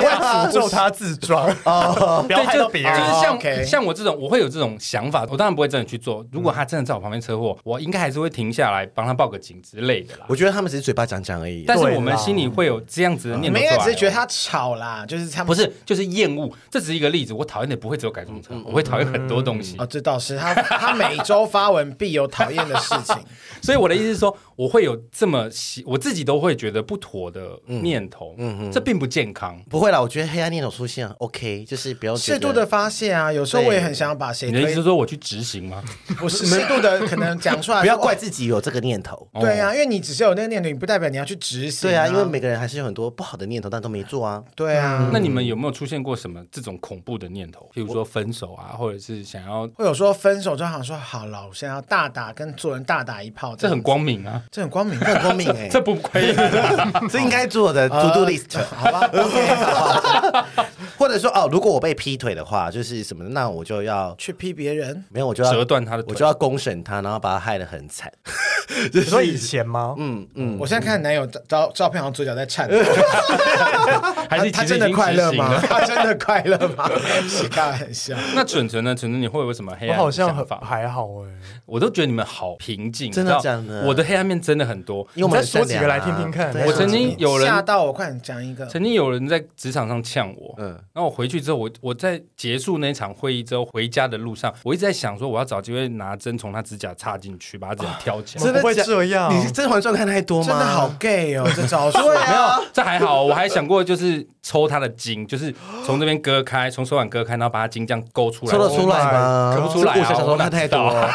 Speaker 4: 会诅咒他自撞，
Speaker 3: 哦，
Speaker 4: 不要害
Speaker 1: 就
Speaker 4: 到别人
Speaker 1: 就。是像、
Speaker 2: 哦，OK
Speaker 1: 像我这种，我会有这种想法，我当然不会真的去做。如果他真的在我旁边车祸，我应该还是会停下来帮他报个警之类的啦。
Speaker 3: 我觉得他们只是嘴巴讲讲而已。
Speaker 1: 但是
Speaker 4: 对
Speaker 1: 我们
Speaker 4: 啦
Speaker 1: 心里会有这样子的
Speaker 2: 你
Speaker 1: 念头
Speaker 2: 们
Speaker 1: 出
Speaker 2: 应
Speaker 1: 来
Speaker 2: 该
Speaker 1: 哦。
Speaker 2: 只是觉得他吵啦，就是他们
Speaker 1: 不是，就是厌恶，这只是一个例子。我讨厌的不会只有改
Speaker 2: 嗯
Speaker 1: 装车，我会讨厌很多东西。
Speaker 2: 哦，这倒是他他每周发文必有讨厌的事情。
Speaker 1: 所以我的意思是说，我会有这么喜，我自己都会觉得不妥的念头，
Speaker 2: 嗯
Speaker 1: 这并不健康。
Speaker 3: 不会啦，我觉得黑暗念头出现，OK，就是不要觉
Speaker 2: 适
Speaker 3: 得
Speaker 2: 度的发泄啊，有时候我也很想要把谁
Speaker 1: 你的意思是
Speaker 2: 推，
Speaker 1: 说我去执行吗？
Speaker 2: 不是适度的可能讲出来，
Speaker 3: 不要怪。自己有这个念头。
Speaker 2: 对啊，因为你只是有那个念头，你不代表你要去执行、
Speaker 3: 对啊，因为每个人还是有很多不好的念头，但都没做啊。
Speaker 2: 对啊，
Speaker 1: 那你们有没有出现过什么这种恐怖的念头？譬如说分手啊，或者是想要，
Speaker 2: 会有说分手之后好像说好了，我现在要大打跟做人大打一炮，
Speaker 1: 这
Speaker 2: 样
Speaker 1: 很光明啊，
Speaker 2: 这很光明，
Speaker 3: 很聪明哎，
Speaker 1: 这不亏、
Speaker 3: 这应该做的 to do list，、
Speaker 2: 好吧？OK，好
Speaker 3: 或者说哦，如果我被劈腿的话，就是什么，那我就要
Speaker 2: 去批别人，
Speaker 3: 没有，我就要
Speaker 1: 折断他的腿
Speaker 3: 我就要公审他，然后把他害得很惨。
Speaker 4: 你说以前吗？嗯，
Speaker 2: 我现在看男友照照片，好像嘴角在颤抖。
Speaker 1: 还是
Speaker 2: 他他
Speaker 1: 其实
Speaker 2: 真
Speaker 1: 已
Speaker 2: 的
Speaker 1: 经
Speaker 2: 快乐
Speaker 1: 执行
Speaker 2: 吗？
Speaker 1: 了？
Speaker 2: 他真的快乐吗？ 开玩笑。
Speaker 1: 那蠢蠢呢？蠢蠢，你会有什么黑
Speaker 4: 我
Speaker 1: 暗
Speaker 4: 好
Speaker 1: 的
Speaker 4: 像
Speaker 1: 啊想
Speaker 4: 很
Speaker 1: 法？
Speaker 4: 还好哎，
Speaker 1: 我都觉得你们好平静，
Speaker 3: 真的
Speaker 1: 你知道
Speaker 3: 假的
Speaker 1: 我的黑暗面真的很多。
Speaker 3: 因为我们
Speaker 4: 你再说几个
Speaker 3: 很善良啊
Speaker 4: 来听听看
Speaker 3: 对啊
Speaker 1: 我 曾经有人
Speaker 2: 吓到我，快点讲一个。
Speaker 1: 曾经有人在职场上呛我，
Speaker 3: 嗯
Speaker 1: 嗯，然后我回去之后，我我在结束那场会议之后，回家的路上，我一直在想说，我要找机会拿针从他指甲插进去，把他指甲挑起来。
Speaker 4: 真的不会
Speaker 3: 假
Speaker 4: 这样
Speaker 3: 你是《甄嬛传》看太多吗？
Speaker 2: 真的好 gay 哦，这招数 对
Speaker 1: 没有，这还好，我还想过就是抽他的筋，就是从这边割开，从手腕割开，然后把他筋这样勾出来。
Speaker 3: 说得出来吗？
Speaker 1: 勾出来啊
Speaker 3: 是武侠小说
Speaker 1: 我哪
Speaker 3: 看
Speaker 1: 知
Speaker 3: 太多
Speaker 1: 道
Speaker 3: 了。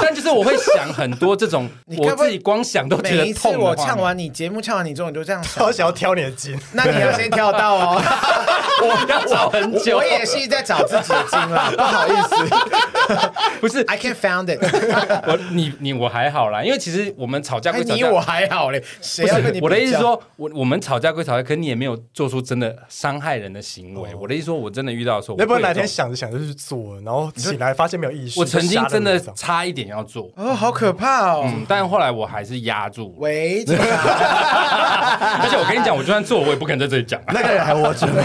Speaker 1: 但就是我会想很多这种，
Speaker 2: 你
Speaker 1: 我
Speaker 2: 该不会
Speaker 1: 自己光想都觉
Speaker 2: 每一
Speaker 1: 得
Speaker 2: 次
Speaker 1: 痛的
Speaker 2: 我
Speaker 1: 画面
Speaker 2: 唱，完你节目，唱完你之后，你就这样想
Speaker 4: 我想要挑你的筋，
Speaker 2: 那你要先跳到哦。
Speaker 1: 我要找 很久。
Speaker 2: 我也是在找自己的经啦，不好意思
Speaker 1: 不是
Speaker 2: ，I can found it。
Speaker 1: 我，你你我还好啦，因为其实我们吵架
Speaker 2: 哎，
Speaker 1: 归吵
Speaker 2: 你
Speaker 1: 架，
Speaker 2: 我还好嘞，谁
Speaker 1: 不
Speaker 2: 要跟
Speaker 1: 是
Speaker 2: 你？
Speaker 1: 我的意思，说，我我们吵架归吵架，可你也没有做出真的伤害人的行
Speaker 2: 哦
Speaker 1: 为。我的意思说，我真的遇到的时候，
Speaker 4: 那不
Speaker 1: 我会
Speaker 4: 会
Speaker 1: 有
Speaker 4: 哪
Speaker 1: 这
Speaker 4: 天
Speaker 1: 种
Speaker 4: 想着想着就去做了，然后醒来发现没有意识。
Speaker 1: 我曾
Speaker 4: 就
Speaker 1: 经
Speaker 4: 吓得
Speaker 1: 真的
Speaker 4: 那种
Speaker 1: 差一点要做，
Speaker 2: 哦，好可怕哦。
Speaker 1: 嗯，但后来我还是压 住了。
Speaker 2: 喂，警察
Speaker 1: 而且我跟你讲，我就算做，我也不敢在这里 讲。啊
Speaker 3: 那个人还活着 吗？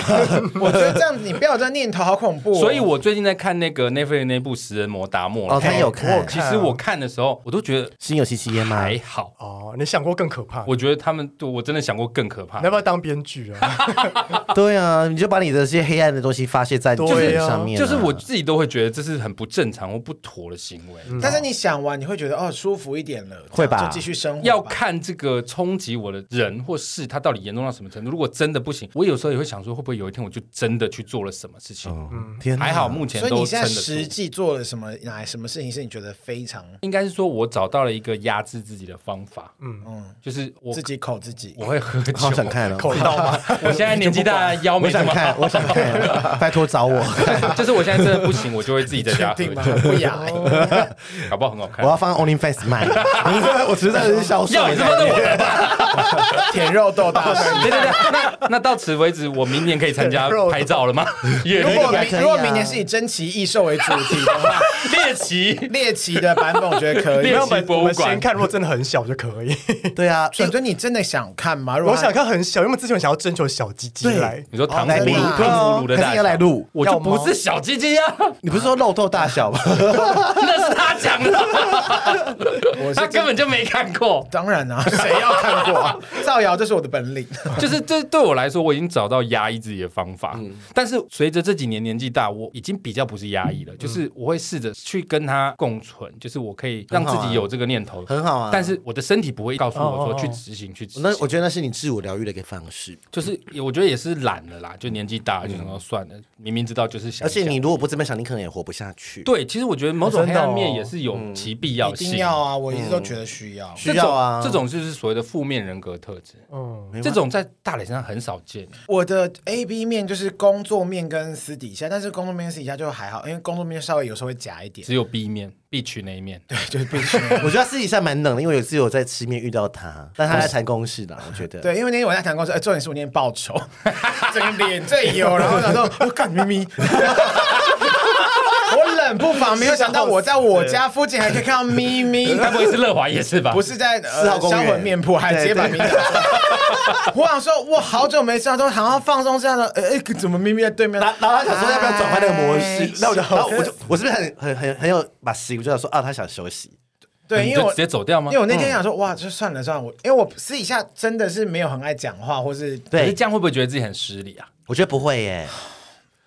Speaker 2: 我觉得这样子，你不要有这个念头，好恐怖哦。
Speaker 1: 所以，我最近在看那个 Netflix 那部《食人魔达摩》
Speaker 3: 哦，他有
Speaker 4: 我
Speaker 3: 看
Speaker 4: 有
Speaker 3: 《
Speaker 1: 其实我看的时候，我都觉得
Speaker 3: 心有戚戚焉》吗
Speaker 1: 还？好。
Speaker 4: 哦，你想过更可怕？
Speaker 1: 我觉得他们，我真的想过更可怕
Speaker 4: 你要。不要当编剧 啊？
Speaker 3: 对啊，你就把你的这些黑暗的东西发泄在你
Speaker 4: 对啊
Speaker 3: 人上面啊，
Speaker 1: 就是我自己都会觉得这是很不正常或不妥的行为。
Speaker 2: 但是你想完，你会觉得哦，舒服一点了，
Speaker 3: 会吧
Speaker 2: 这样就继续生活吧。
Speaker 1: 要看这个冲击我的人或事，他到底严重到什么程度。如果真的不行，我有时候也会想说，会不会有一天我就真的去做了什么事情？
Speaker 3: 嗯，天哪
Speaker 1: 还好，目前
Speaker 2: 哦所以
Speaker 1: 都
Speaker 2: 你
Speaker 1: 撑
Speaker 2: 现
Speaker 1: 得
Speaker 2: 在实
Speaker 1: 住。
Speaker 2: 际做了什么？哪什么事情是你觉得非常
Speaker 1: 应该是说我找到了一个压制自己的方法，嗯嗯，就是我
Speaker 2: 自己口自己？
Speaker 1: 我会 喝酒，
Speaker 3: 好想看
Speaker 4: 口
Speaker 3: 哦，
Speaker 4: 到吗？
Speaker 1: 我现在年纪大，腰
Speaker 3: 我
Speaker 1: 没这
Speaker 3: 想
Speaker 1: 么
Speaker 3: 看，我想看，拜托找 我，
Speaker 1: 好， 就是我现在真的不行，我就会自己在家喝
Speaker 2: 确
Speaker 1: 酒
Speaker 2: 定吗？，很不雅欸。
Speaker 1: 搞不好很好看
Speaker 3: 我。要放 OnlyFans 卖，我只是在销售
Speaker 1: 要你这 么的我的吧？
Speaker 2: 舔肉豆大师。
Speaker 1: 对对对，那那到此为止，我明年可以参加拍照了 吗？也
Speaker 2: 如果
Speaker 3: 可以啊可以
Speaker 2: 明
Speaker 3: 啊
Speaker 2: 如果明年是以珍奇异兽为主题的话，
Speaker 1: 猎奇，
Speaker 2: 猎奇的版本我觉得可
Speaker 1: 猎。
Speaker 2: 以
Speaker 4: 没有
Speaker 1: 奇
Speaker 4: 本
Speaker 1: 博
Speaker 4: 我
Speaker 1: 物
Speaker 4: 们先
Speaker 1: 馆。
Speaker 4: 看，如果真的很小就可以。
Speaker 3: 对啊，
Speaker 2: 选择你真的想看吗？如果
Speaker 4: 我
Speaker 2: 他
Speaker 4: 想看很小，因为我们之前有想要征求小鸡鸡
Speaker 3: 对
Speaker 4: 来，
Speaker 1: 你说糖葫
Speaker 3: 哦来
Speaker 1: 芦
Speaker 3: 宾，
Speaker 2: 啊
Speaker 1: 糖葫芦的
Speaker 3: 还
Speaker 1: 大
Speaker 3: 是要来
Speaker 1: 小，
Speaker 3: 录？
Speaker 1: 我就
Speaker 4: 要吗
Speaker 1: 不是小鸡鸡啊，
Speaker 3: 你不是说肉豆大小吗？
Speaker 1: 那是他 讲的，
Speaker 2: 我
Speaker 1: 他
Speaker 2: 是
Speaker 1: 根
Speaker 2: 根本
Speaker 1: 本就没看过。
Speaker 2: 当然啊，谁要看 过啊？造谣这是我的本领。
Speaker 1: 就是这对我来说，我已经找到压抑自己的方法。
Speaker 3: 嗯
Speaker 1: 但是随着这几年年纪大，我已经比较不是压抑
Speaker 3: 嗯
Speaker 1: 了，就是我会试着去跟他共存，就是我可以让
Speaker 3: 很好啊
Speaker 1: 自己有这个念头，
Speaker 3: 很好啊
Speaker 1: 但是我的身体不会告诉我
Speaker 4: 哦哦
Speaker 1: 说
Speaker 4: 哦
Speaker 1: 去执行，去执
Speaker 3: 那
Speaker 1: 行。
Speaker 3: 我觉得那是你自我疗愈的一个方式。
Speaker 1: 就是也我觉得也是懒了啦，就年纪大了就想
Speaker 2: 嗯
Speaker 1: 说算了，明明知道就是想。
Speaker 3: 而且你如果不这么想，你可能也活不下去。
Speaker 1: 对，其实我觉得某种
Speaker 4: 真
Speaker 1: 黑
Speaker 4: 的哦
Speaker 1: 暗面也是有其必要嗯
Speaker 2: 嗯 一
Speaker 1: 性。
Speaker 2: 定要啊！我一直都觉得需要。
Speaker 1: 这
Speaker 3: 需
Speaker 1: 种
Speaker 3: 要啊
Speaker 1: 这种就是所谓的负面人格特质，
Speaker 4: 嗯，
Speaker 3: 没办法
Speaker 1: 这种在大磊身上很少见。
Speaker 2: 我的 A B 面就是工作面跟私底下，但是工作面私底下就还好，因为工作面稍微有时候会假一点
Speaker 1: 只。有 B 面、B 区那一面，
Speaker 2: 对，就是必须。
Speaker 3: 我觉得他私底下蛮冷的，因为有一次我在吃面遇到他，但他在谈公事的，我觉得。
Speaker 2: 对，因为那天我在谈公司，哎、重点是我那天报仇， 整个脸最油，然后想说， 我、干咪咪。我冷不防没有想到，我在我家附近还可以看到 咪咪，
Speaker 1: 该不会是乐华夜市吧？
Speaker 2: 不是在
Speaker 3: 四
Speaker 2: 呃
Speaker 3: 号公园
Speaker 2: 销魂面铺，还直接把咪咪打出来。 我想说，我好久没吃到，都好像放松这样的，哎、哎怎么咪咪在对面？
Speaker 3: 然后然后他想说要不要转换那个模
Speaker 2: 哎
Speaker 3: 式，那我就然后我就我是不是很很很很有把戏？我就想说啊，他想休息，
Speaker 2: 对，
Speaker 1: 哎你
Speaker 2: 因为
Speaker 1: 就
Speaker 2: 我
Speaker 1: 直接走掉吗嗯
Speaker 2: 因为？我那天想说，哇，就算了算了，我因为我私底下真的是没有很爱讲话，或是
Speaker 1: 可是
Speaker 3: 对，
Speaker 1: 这样会不会觉得自己很失礼啊？
Speaker 3: 我觉得不会耶，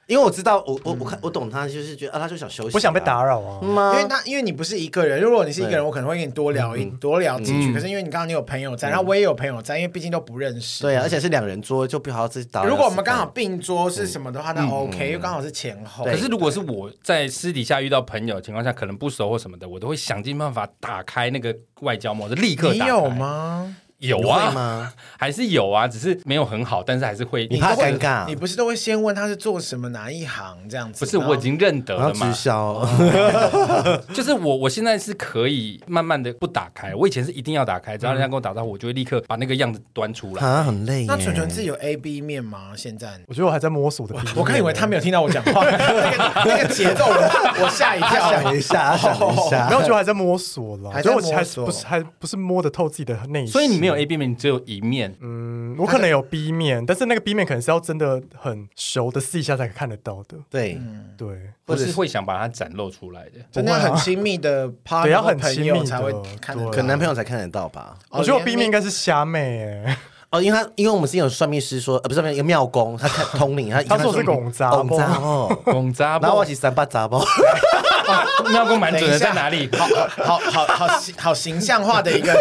Speaker 3: 因为我知道我我我看我懂他，就是觉得啊，他就想休息啊，
Speaker 4: 不想被打扰啊。
Speaker 3: 吗
Speaker 2: 因为？他，因为你不是一个人，如果你是一个人，
Speaker 3: 对
Speaker 2: 我可能会跟你多聊
Speaker 1: 嗯
Speaker 2: 一多聊几句。可是因为你刚刚你有朋友在，然后我也有朋友在，因为毕竟都不认识。
Speaker 3: 对啊，而且是两人桌，就不好自己
Speaker 1: 啊
Speaker 3: 打扰。
Speaker 2: 如果我们刚好并桌是什么的话，那 OK，因为刚好是前后。
Speaker 1: 嗯可是如果是我在私底下遇到朋友的情况下，可能不熟或什么的，我都会想尽办法打开那个外交模式，立刻
Speaker 2: 你
Speaker 1: 打开
Speaker 2: 有？吗？
Speaker 1: 有
Speaker 3: 你会
Speaker 1: 啊，
Speaker 3: 吗？
Speaker 1: 还是有啊，只是没有很好，但是还是会。
Speaker 3: 你怕
Speaker 2: 都会
Speaker 3: 尴尬
Speaker 2: 你不是都会先问他是做什么哪一行这样子？
Speaker 1: 不是，
Speaker 2: 然后
Speaker 1: 我已经认得
Speaker 3: 然后
Speaker 1: 了
Speaker 3: 直
Speaker 1: 嘛。哦
Speaker 3: 销，
Speaker 1: 就是我，我现在是可以慢慢的不打开。我以前是一定要打开，只要人家跟我打招呼，我就会立刻把那个样子端出来。
Speaker 3: 啊，很累耶。
Speaker 2: 那纯纯自己有 A B 面吗？现在？
Speaker 4: 我觉得我还在摸索我的 B 面。
Speaker 2: 我刚以为他没有听到我讲话， 那个那个节奏我我吓一跳。
Speaker 3: 想一下， 他想一下，
Speaker 4: 没有，就还在摸索啦。
Speaker 2: 还在
Speaker 4: 就
Speaker 2: 摸
Speaker 4: 我
Speaker 2: 索
Speaker 4: 还是不是还不是摸得透自己的内心。
Speaker 1: 所以你没有 A B 面，你只有一面。
Speaker 4: 嗯，我可能有 B 面，但是那个 B 面可能是要真的很熟的试一下才看得到的。
Speaker 3: 对，
Speaker 4: 对，
Speaker 1: 我
Speaker 3: 或者
Speaker 1: 是
Speaker 3: 是
Speaker 1: 会想把它展露出来的。
Speaker 2: 真的很亲密的
Speaker 4: 啊
Speaker 2: partner
Speaker 4: 对要
Speaker 2: 或
Speaker 4: 很
Speaker 2: 朋
Speaker 4: 亲密
Speaker 2: 友
Speaker 4: 的
Speaker 2: 才会看得到，
Speaker 4: 对啊
Speaker 3: 可能男朋友才看得到吧。
Speaker 2: 哦
Speaker 4: 我觉得我
Speaker 2: 连
Speaker 4: B 面应该是虾妹哎，
Speaker 3: 哦，因为他因为我们之前有算命师说，呃，不是算命，一个庙公，他看通灵，他
Speaker 4: 他说我是拱杂
Speaker 3: 拱
Speaker 4: 包
Speaker 3: 杂哦，
Speaker 1: 拱扎
Speaker 3: 然后
Speaker 1: 包
Speaker 3: 我，是三八杂包，
Speaker 1: 哦妙公蛮准
Speaker 2: 等
Speaker 1: 的
Speaker 2: 一下
Speaker 1: 在哪里？
Speaker 2: 好好好好好形好形象化的一 个，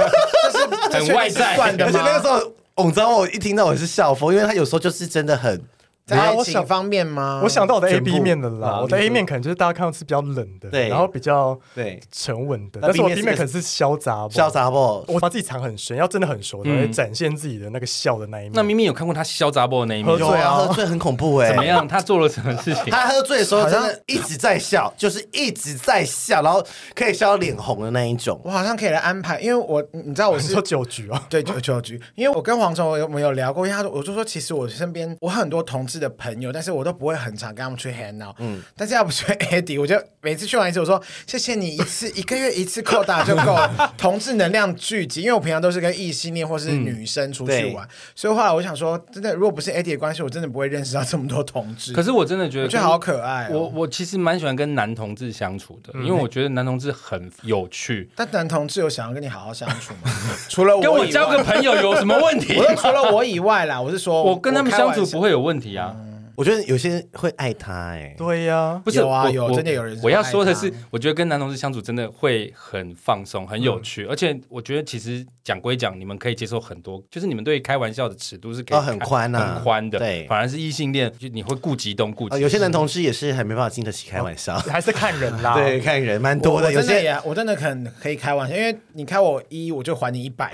Speaker 2: 这是这确定是
Speaker 1: 外在
Speaker 2: 算的
Speaker 3: 而且
Speaker 2: 吗？
Speaker 3: 那个时候拱杂我一听到我是笑疯，因为他有时候就是真的很
Speaker 2: 在
Speaker 4: 啊
Speaker 2: 爱
Speaker 4: 我
Speaker 2: 情
Speaker 4: 想
Speaker 2: 方面吗？
Speaker 4: 我想到我的 A
Speaker 3: 全部
Speaker 4: B 面的
Speaker 3: 啊
Speaker 4: 啦，我的
Speaker 3: 你说
Speaker 4: A 面可能就是大家看到是比较冷的，
Speaker 3: 对
Speaker 4: 然后比较
Speaker 3: 对
Speaker 4: 沉稳的，
Speaker 3: 那
Speaker 4: 但是我
Speaker 3: B
Speaker 4: B
Speaker 3: 面是
Speaker 4: 面
Speaker 3: 个
Speaker 4: 可能是潇洒，
Speaker 3: 潇。洒不？
Speaker 4: 我把自己藏很深，要真的很熟，才会展现自己的那个笑的那一面。
Speaker 1: 那明明有看过他潇洒包的那一面
Speaker 4: 喝
Speaker 1: 吗，
Speaker 3: 有
Speaker 4: 对啊
Speaker 3: 啊，喝醉很恐怖哎，
Speaker 1: 怎么？样？他做了什么事情？
Speaker 3: 他喝醉的时候真的一直在笑，就是一直在笑，然后可以笑到脸红的那一种。
Speaker 2: 我好像可以来安排，因为我你知道我
Speaker 4: 你
Speaker 2: 是
Speaker 4: 说酒局啊，
Speaker 2: 对九九局，因为我跟黄虫我有我们有聊过，因为他说我就说其实我身边我很多同志的朋友，但是我都不会很常跟他们去 hang out。嗯，但是要不是 Eddie，我就每次去完一次，我说谢谢你一次一个月一次扣打就够， 同志能量聚集，因为我平常都是跟异性恋或是
Speaker 1: 嗯
Speaker 2: 女生出去玩，所以后来我想说，真的如果不是 Eddie 的关系，我真的不会认识到这么多同志。
Speaker 1: 可是我真的觉得
Speaker 2: 我觉得好可爱哦
Speaker 1: 我我其实蛮喜欢跟男同志相处的，因为我觉得男同志很有趣。
Speaker 2: 但男同志有想要跟你好好相处 吗？除了我
Speaker 1: 跟我
Speaker 2: 以
Speaker 1: 交
Speaker 2: 外
Speaker 1: 个朋友有什么问题
Speaker 2: 我？说除了我以外啦，我是说
Speaker 1: 我跟他们
Speaker 2: 开玩
Speaker 1: 相处
Speaker 2: 笑嗯
Speaker 1: 不会有问题啊。
Speaker 3: 我觉得有些人会爱他哎，
Speaker 4: 对呀，
Speaker 1: 不是
Speaker 2: 有啊
Speaker 1: 我
Speaker 2: 有
Speaker 1: 我
Speaker 2: 真的有人
Speaker 1: 我要说的
Speaker 2: 爱
Speaker 1: 是
Speaker 2: 他，
Speaker 1: 我觉得跟男同志相处真的会很放松，很
Speaker 2: 嗯
Speaker 1: 有趣，而且我觉得其实讲归讲，你们可以接受很多，就是你们对开玩笑的尺度是可以
Speaker 3: 哦很宽啊
Speaker 1: 很宽的。
Speaker 3: 对
Speaker 1: 反而是异性恋，就你会顾及东顾及
Speaker 2: 哦
Speaker 3: 呃，
Speaker 1: 西。
Speaker 3: 有些男同志也是很没办法经得起开玩笑。
Speaker 4: 还是看人啦。
Speaker 3: 对，，看人蛮多
Speaker 2: 我
Speaker 3: 的，有
Speaker 2: 真的
Speaker 3: 些
Speaker 2: 也，我真的很可以开玩笑，因为你开我一，我就还你一百。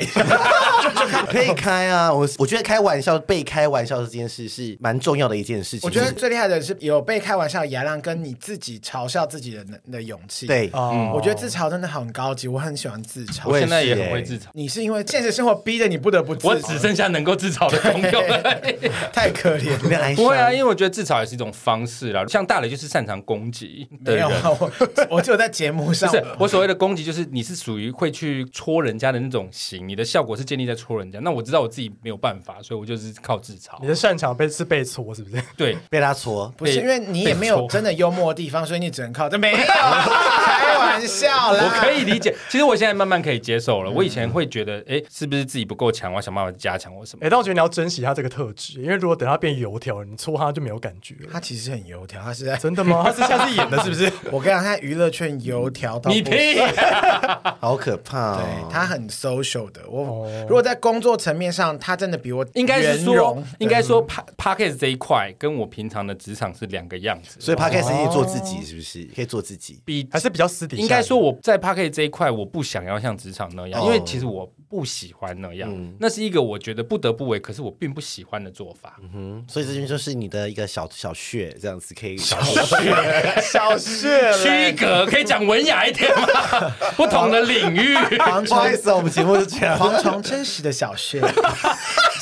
Speaker 3: 可以开啊。我我觉得开玩笑被开玩笑这件事是蛮重要的一件事情。
Speaker 2: 我觉得
Speaker 3: 就是
Speaker 2: 最厉害的是有被开玩笑的雅量，跟你自己嘲笑自己的能的勇气。
Speaker 3: 对，
Speaker 4: 哦
Speaker 2: 我觉得自嘲真的很高级，我很喜欢自
Speaker 1: 我
Speaker 2: 嘲。
Speaker 1: 现在
Speaker 3: 我也
Speaker 1: 也
Speaker 3: 是
Speaker 1: 很会
Speaker 3: 欸
Speaker 1: 自嘲，
Speaker 2: 你是因为现实生活逼着你不得不自嘲，
Speaker 1: 我只剩下能够自嘲的功用 了。
Speaker 2: 太可怜
Speaker 3: 有
Speaker 2: 了。
Speaker 3: 点哀
Speaker 1: 不会啊，
Speaker 3: 伤
Speaker 1: 因为我觉得自嘲也是一种方式啦。像大磊就是擅长攻击的
Speaker 2: 没有
Speaker 1: 人，
Speaker 2: 啊，我我只有在节目
Speaker 1: 不
Speaker 2: 上，
Speaker 1: 是我所谓的攻击，就是你是属于会去戳人家的那种型，你的效果是建立在戳人家。那我知道我自己没有办法，所以我就是靠自嘲
Speaker 4: 你。的擅长被是被搓，是不 是？
Speaker 1: 对，
Speaker 3: 被他戳，
Speaker 2: 不是
Speaker 1: 被
Speaker 2: 因为你也没
Speaker 1: 被
Speaker 2: 有
Speaker 1: 戳
Speaker 2: 真的幽默的地方，所以你只能靠这没有啊，开玩笑啦。
Speaker 1: 我可以理解。其实我现在慢慢可以接受了。我以前会觉得，哎，是不是自己不够强？我要想办法加强我什么
Speaker 4: 哎、？但我觉得你要珍惜他这个特质，因为如果等他变油条，你搓他就没有感觉了。
Speaker 2: 他其实很油条，他是在
Speaker 4: 真的吗？他是下次演的，是不是？
Speaker 2: 我跟你讲，他娱乐圈油条到
Speaker 1: 你
Speaker 2: 不
Speaker 1: 屁！
Speaker 3: 好可怕
Speaker 2: 对
Speaker 3: 哦！
Speaker 2: 他很 social 的。我、
Speaker 4: 哦
Speaker 2: 如果在工作层面上，他真的比我
Speaker 1: 应该是
Speaker 2: 圆
Speaker 1: 说
Speaker 2: 融，
Speaker 1: 应该说 p a r k e t 这一块跟我平常的职场是两个样子。
Speaker 3: 所以 podcast 可以做自己，是不是？
Speaker 2: 哦
Speaker 3: 可以做自己。
Speaker 1: 比
Speaker 4: 还是比较私底下的？
Speaker 1: 应该说我在 p a r k e t 这一块，我不想要像职场那样，
Speaker 3: 哦
Speaker 1: 因为其实我不喜欢那样，那是一个我觉得不得不为，可是我并不喜欢的做法。
Speaker 3: 嗯，所以这就是你的一个小小穴，这样子可以。
Speaker 2: 小事
Speaker 1: 区隔可以讲文雅一点吗？不同的领域，
Speaker 2: 蝗
Speaker 3: 不好意
Speaker 2: 虫
Speaker 3: 思哦，我们节目就这样。
Speaker 2: 蝗虫真实的小事，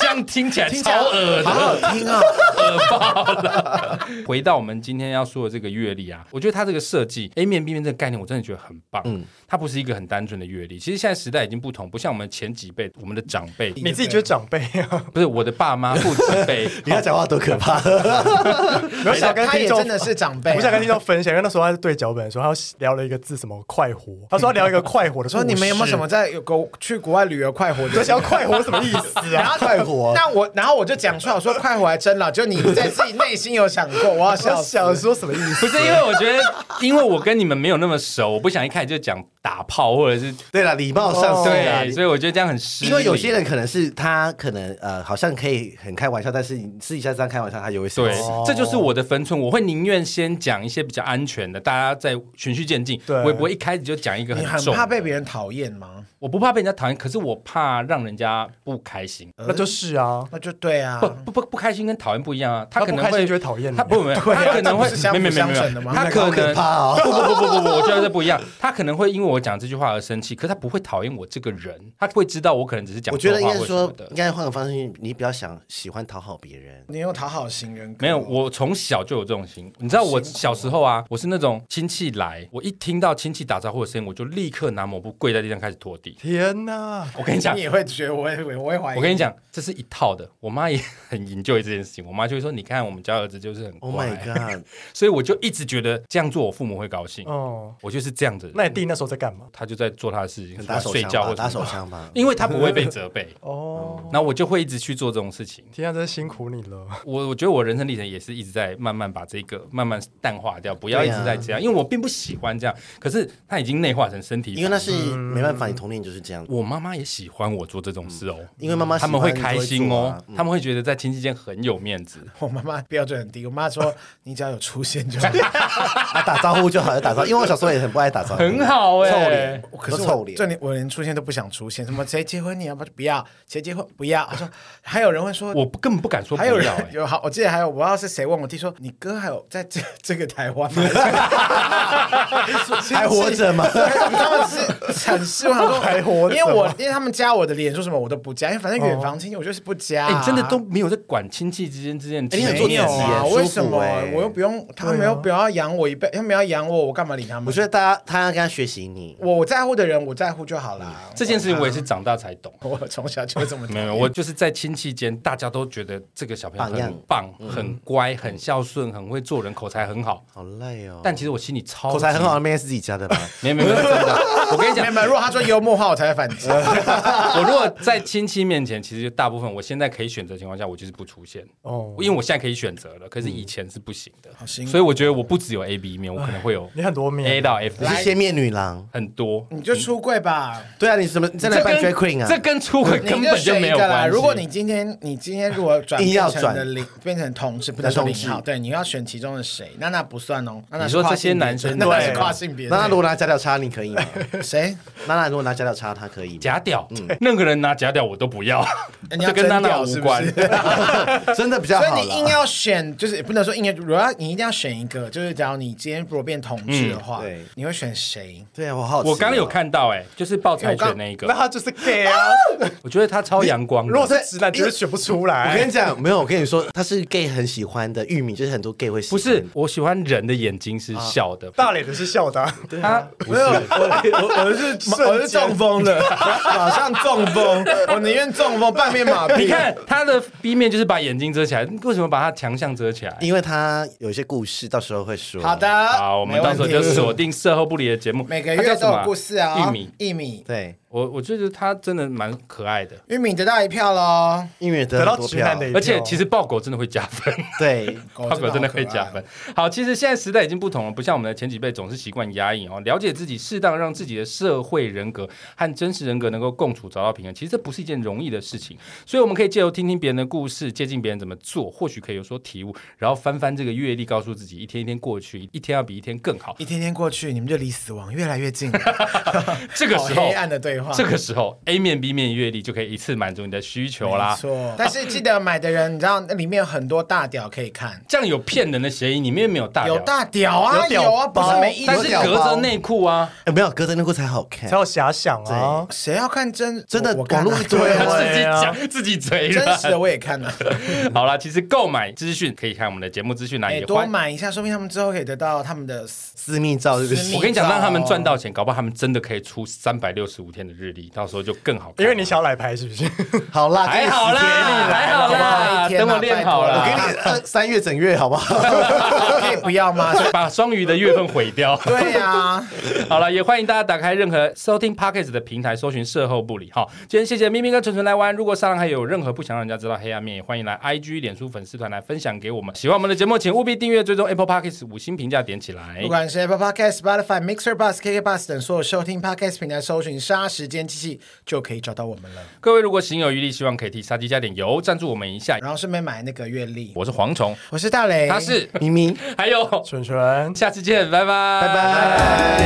Speaker 1: 这样听起来
Speaker 2: 听起来
Speaker 1: 超恶
Speaker 2: 好
Speaker 1: 的。
Speaker 2: 好听哦。
Speaker 1: 回到我们今天要说的这个阅历啊，我觉得它这个设计 A 面 B 面这个概念，我真的觉得很棒。嗯，它不是一个很单纯的阅历。其实现在时代已经不同，不像我们前几辈，我们的长辈，
Speaker 4: 你自己觉得长辈啊，
Speaker 1: 不是我的爸妈、父子辈，
Speaker 3: 你要讲话多可 怕！
Speaker 4: 没有想跟
Speaker 2: 他
Speaker 4: 听
Speaker 2: 也
Speaker 4: 众
Speaker 2: 真的是长辈、
Speaker 4: 我想跟
Speaker 2: 啊。
Speaker 4: 听众分享，因为那时候他在对脚本的时候，他聊了一个字，什么快活。他说他聊一个快活的故事，
Speaker 2: 说你们有没有什么 在有国去国外旅游快活
Speaker 4: 我
Speaker 2: 的？
Speaker 4: 想要快活是什么意思
Speaker 2: 然
Speaker 4: 啊？
Speaker 2: 后
Speaker 3: 快活
Speaker 2: 那我然后我就讲出来，我说快活还真老，就你在自己内心有想过，我要笑
Speaker 4: 我
Speaker 2: 死。
Speaker 4: 想说什么意
Speaker 1: 不
Speaker 4: 思？
Speaker 1: 是因为我觉得，因为我跟你们没有那么熟，我不想一开始就讲打炮或者是
Speaker 3: 对了，礼貌上是啊
Speaker 2: 哦
Speaker 1: 对，，所以我觉得这样很失礼。
Speaker 3: 因为有些人可能是他可能呃，好像可以很开玩笑，但是你私底下这样开玩笑，他也会生
Speaker 1: 对
Speaker 3: 气。，
Speaker 2: 哦
Speaker 1: 这就是我的分寸。我会宁愿先讲一些比较安全的，大家再循序渐进。
Speaker 4: 对
Speaker 1: 我也不会一开始就讲一个
Speaker 2: 你很
Speaker 1: 重。
Speaker 2: 怕被别人讨厌吗？
Speaker 1: 我不怕被人家讨厌，可是我怕让人家不开心。
Speaker 4: 那就是啊，
Speaker 2: 那就对啊
Speaker 1: 不，不不不开心跟讨厌不一样啊，
Speaker 4: 他
Speaker 1: 可能
Speaker 4: 不开
Speaker 1: 会
Speaker 4: 心就会讨厌你
Speaker 1: 他不没有，
Speaker 2: 对啊
Speaker 1: 他可能会
Speaker 2: 这不是相辅
Speaker 1: 没没没没
Speaker 2: 相成的
Speaker 1: 没，
Speaker 2: 吗
Speaker 1: 他
Speaker 3: 好
Speaker 1: 可
Speaker 3: 可
Speaker 1: 能
Speaker 3: 怕哦！
Speaker 1: 不不不不 不不，我觉得这不一样。他可能会因为我讲这句话而生气，可是他不会讨厌我这个人，他会知道我可能只是讲
Speaker 3: 我觉得
Speaker 1: 错
Speaker 3: 应
Speaker 1: 话
Speaker 3: 该
Speaker 1: 或
Speaker 3: 是
Speaker 1: 什么
Speaker 3: 说，
Speaker 1: 的
Speaker 3: 应。该换个方式，你比较想喜欢讨好别人。
Speaker 2: 你有讨好型人格？
Speaker 1: 没有，我从小就有这种心。你知道我小时候啊，我是那种亲戚来，我一听到亲戚打招呼的声音，我就立刻拿抹布跪在地上开始拖地。
Speaker 4: 天哪！
Speaker 1: 我跟你讲
Speaker 2: 你，也会觉得我也我会怀疑。
Speaker 1: 我跟你讲，这是一套的。我妈也很 enjoy 这件事情，我妈就会说：“你看，我们家儿子就是很
Speaker 3: Oh
Speaker 1: 乖。
Speaker 3: my god！
Speaker 1: 所以我就一直觉得这样做，我父母会高兴。
Speaker 3: 嗯
Speaker 4: 哦，
Speaker 1: 我就是这样子，
Speaker 4: 那你弟那时候在干嘛？
Speaker 1: 他就在做他的事情，
Speaker 3: 打手
Speaker 1: 睡
Speaker 3: 枪
Speaker 1: 觉
Speaker 3: 吧，
Speaker 1: 或
Speaker 3: 打
Speaker 1: 者什
Speaker 3: 手
Speaker 1: 么，
Speaker 3: 枪吧。
Speaker 1: 因为他不会 被责备。
Speaker 4: 哦，
Speaker 1: 然后我就会一直去做这种事情。
Speaker 4: 天啊，真是辛苦你了。
Speaker 1: 我我觉得我人生历程也是一直在慢慢把这个慢慢淡化掉，不要一
Speaker 3: 对
Speaker 1: 直
Speaker 3: 啊
Speaker 1: 在这样，因为我并不喜欢这样。可是它已经内化成身体，
Speaker 3: 因为那是没办法，你童年就是这样。
Speaker 1: 我妈妈也喜欢我做这种事哦，
Speaker 3: 嗯因为妈妈喜
Speaker 1: 他
Speaker 3: 欢
Speaker 1: 们会开心哦，
Speaker 3: 你就会做啊
Speaker 1: 他们会觉得在亲戚间很有面子。
Speaker 2: 我妈妈标准很低，我妈说你只要有出现就好。
Speaker 3: 啊，打招呼就好，打招呼。因为我小时候也很不爱打招呼，
Speaker 1: 很好欸
Speaker 3: 嗯臭脸，
Speaker 2: 可是
Speaker 3: 都
Speaker 2: 我
Speaker 3: 臭脸
Speaker 2: 就。连我连出现都不想出现，什么谁结婚你要不要不要，谁结婚不要。我说还有人会说，
Speaker 1: 我不根本不敢说不
Speaker 2: 还有
Speaker 1: 要、
Speaker 2: 人
Speaker 1: 哎，
Speaker 2: 有好，我记得还有我不知道是谁问我弟说你哥还有在这这个台湾吗？
Speaker 3: 还活着 吗？
Speaker 2: 他们是很失望，说
Speaker 4: 还活着吗
Speaker 2: 因为我因为他们加我的脸说什么我都不加，因为反正远房亲戚我就是不加、
Speaker 1: 哎、你真的都没有在管亲戚之间之间的
Speaker 3: 啊哎你
Speaker 1: 情
Speaker 3: 很做自
Speaker 2: 没
Speaker 3: 己
Speaker 2: 有
Speaker 1: 面
Speaker 3: 耶
Speaker 2: 啊？
Speaker 3: 舒服
Speaker 2: 为什么？
Speaker 3: 欸
Speaker 2: 我又不用他们又不要养我一辈，他们要养我，我干嘛理他们？
Speaker 3: 我觉得大家他要跟他学习你。
Speaker 2: 我我在乎的人，我在乎就好啦。
Speaker 1: 这件事情我也
Speaker 3: 嗯
Speaker 1: 是长大才懂。
Speaker 2: 我从小就这么
Speaker 1: 嗯没有，我就是在亲戚间，大家都觉得这个小朋友
Speaker 3: 榜样嗯
Speaker 1: 很棒、很乖、很孝顺、很会做人，口才很好。
Speaker 3: 好累哦，
Speaker 1: 但其实我心里超
Speaker 3: 口才很好，
Speaker 1: 级，
Speaker 3: 那边是自己家 的吧？
Speaker 1: 没有没有没有真的， 我跟你
Speaker 2: 没
Speaker 1: 讲
Speaker 2: 有，没有，如果他说幽默话，我才会反 击。
Speaker 1: 我如果在亲戚面前，其实就大部分我现在可以选择的情况下，我就是不出现，
Speaker 4: 哦，
Speaker 1: 因为我现在可以选择了，可是以前是不行的。
Speaker 2: 嗯好辛苦
Speaker 1: 所以我觉得我不只有 A B 面，我可能会有
Speaker 4: 你很多
Speaker 1: A
Speaker 4: 面，
Speaker 1: 到 F
Speaker 3: 你是仙面女郎？
Speaker 1: 很多。
Speaker 2: 你就出柜 吧，
Speaker 3: 对啊，你什么你在那扮 drag queen 啊？
Speaker 1: 这跟出轨
Speaker 2: 你
Speaker 1: 根本就
Speaker 2: 选
Speaker 1: 没
Speaker 2: 一
Speaker 1: 有
Speaker 2: 个啦。
Speaker 1: 关系。
Speaker 2: 如果你今天你今天如果转
Speaker 3: 硬
Speaker 2: 变
Speaker 3: 要
Speaker 2: 成
Speaker 3: 转
Speaker 2: 的零变成同志，不能说
Speaker 3: 男同
Speaker 2: 零
Speaker 3: 志
Speaker 2: 号，对，你要选其中的谁，那那不算哦。那那
Speaker 1: 你
Speaker 2: 是
Speaker 1: 说
Speaker 2: 跨
Speaker 1: 这些
Speaker 2: 性别
Speaker 1: 男生
Speaker 2: 那那
Speaker 1: 对啊
Speaker 2: 是跨性别，
Speaker 3: 那他如果拿假屌叉，你可以吗？
Speaker 2: 谁？
Speaker 3: 娜娜如果拿假屌插他可以吗？
Speaker 1: 假屌，任何人拿假屌我都不要，
Speaker 2: 嗯哎你要
Speaker 1: 这跟娜娜
Speaker 2: 真屌
Speaker 1: 无
Speaker 2: 是不
Speaker 1: 关。
Speaker 2: 是啊
Speaker 3: 真的比较
Speaker 2: 所
Speaker 3: 好
Speaker 2: 以
Speaker 3: 啦。
Speaker 2: 你硬要选，就是也不能说硬要，如果要你一定要选一个，就是假如你今天如果变同志的话，
Speaker 3: 嗯对
Speaker 2: 你会选谁？
Speaker 3: 对啊，我好奇哦，
Speaker 1: 我刚刚有看到，哎，就是抱柴犬那一
Speaker 4: 那
Speaker 1: 个，
Speaker 4: 他就是 gay 啊！
Speaker 1: 我觉得他超阳光的。
Speaker 4: 如果是直男，绝对选不出来。
Speaker 2: 哎
Speaker 3: 我跟你讲，没有，我跟你说，他是 gay 很喜欢的玉米，就是很多 gay 会喜
Speaker 1: 不
Speaker 3: 欢
Speaker 1: 是，我喜欢人的眼睛
Speaker 2: 啊
Speaker 1: 是笑的，
Speaker 4: 大脸的是笑的啊，
Speaker 1: 他
Speaker 2: 没有，我我我是 我是中风的，马上中风，我宁哦愿中风半边马 屁。
Speaker 1: 你看他的 B 面就是把眼睛遮起来，为什么把他强项遮起来？
Speaker 3: 因为他有一些故事，到时候会说。
Speaker 2: 好的，，
Speaker 1: 好，我们
Speaker 2: 啊没
Speaker 1: 到
Speaker 2: 问
Speaker 1: 时候
Speaker 2: 题
Speaker 1: 就锁定售后不理的节目，
Speaker 2: 每个
Speaker 1: 它叫
Speaker 2: 月
Speaker 1: 什
Speaker 2: 都
Speaker 1: 么
Speaker 2: 有
Speaker 1: 啊
Speaker 2: 故事啊。
Speaker 1: 玉米，
Speaker 2: 玉米，
Speaker 3: 对，
Speaker 1: 我我觉得他真的蛮可爱的，
Speaker 2: 玉米得到一票喽。
Speaker 3: 因为
Speaker 4: 得
Speaker 3: 得
Speaker 4: 到
Speaker 3: 很多
Speaker 4: 直
Speaker 3: 票
Speaker 4: 男，的一票，
Speaker 1: 而且其实抱狗真的会加分。
Speaker 3: 对，
Speaker 2: 狗
Speaker 1: 他表真的会加
Speaker 2: 哦
Speaker 1: 分。好，其实现在时代已经不同了，不像我们的前几辈总是习惯压抑哦。了解自己，适当让自己的社会人格和真实人格能够共处，找到平衡，其实这不是一件容易的事情。所以我们可以借由听听别人的故事，接近别人怎么做，或许可以有所体悟，然后翻翻这个阅历，告诉自己一天一天过去，一天要比一天更好。
Speaker 2: 一天天过去，你们就离死亡越来越 近了。
Speaker 1: 这个
Speaker 2: 好
Speaker 1: 时候
Speaker 2: 黑，暗的对话，
Speaker 1: 哦这个时候 A 面 B 面阅历就可以一次满足你的需求啦
Speaker 2: 没。错。但是记得买的人，你知道那里面有很多大屌可以看，
Speaker 1: 这样有骗人的嫌疑，里面没有大
Speaker 2: 有
Speaker 1: 聊，
Speaker 2: 大屌啊，
Speaker 3: 有屌
Speaker 2: 有啊，不是
Speaker 3: 包
Speaker 2: 每一
Speaker 1: 但是
Speaker 3: 有屌
Speaker 1: 隔
Speaker 3: 包
Speaker 1: 着内裤啊。
Speaker 3: 哎，没有隔着内裤才好看
Speaker 4: 才。有遐想啊。
Speaker 2: 谁要看真
Speaker 3: 真的
Speaker 2: 我我干啊
Speaker 3: 网络一堆对啊
Speaker 1: 自己
Speaker 4: 啊
Speaker 1: 讲自己嘴
Speaker 2: 真
Speaker 1: 软
Speaker 2: 实的我也 看了，
Speaker 1: 好啦，其实购买资讯可以看我们的节目资讯栏，
Speaker 2: 哎，
Speaker 1: 也
Speaker 2: 多
Speaker 1: 欢。
Speaker 2: 买一下，说不定他们之后可以得到他们的
Speaker 3: 私密照是不
Speaker 2: 私
Speaker 3: 是
Speaker 2: 密
Speaker 1: 我？跟你讲，让他们赚到钱，搞不好他们真的可以出三百六十五天的日历，到时候就更好看。
Speaker 4: 因为你想要来拍是不是？
Speaker 3: 好啦，
Speaker 1: 还好啦，还好啦，
Speaker 2: 给你啦
Speaker 1: 等我练好
Speaker 3: 我给
Speaker 1: 了，
Speaker 3: 你呃三月整月好 不好？
Speaker 2: 可以不 要吗？
Speaker 1: 把双鱼的月份毁掉。
Speaker 2: 对啊呀，
Speaker 1: 好了，也欢迎大家打开任何收听 Podcast 的平台，搜寻“售后不理”哈。今天谢谢咪咪跟纯纯来玩。如果上还有任何不想让人家知道黑暗面，也欢迎来 IG、脸书粉丝团来分享给我们。喜欢我们的节目，请务必订阅、追踪 Apple Podcast 五星评价点起来
Speaker 2: 哎不。管是 Apple Podcast、Spotify、Mixer、Bus、KK Bus 等所有收听 Podcast 平台，搜寻“杀时间机器”就可以找到我们了。
Speaker 1: 各位如果行有余力，希望可以替杀鸡加点油，赞助我们一下。
Speaker 2: 然后顺便买那个月历。
Speaker 1: 我是蝗虫，
Speaker 2: 我是大雷，
Speaker 1: 他是，
Speaker 3: 明明。
Speaker 1: 还有，
Speaker 4: 纯纯。
Speaker 1: 下次见，拜拜，
Speaker 3: 拜拜。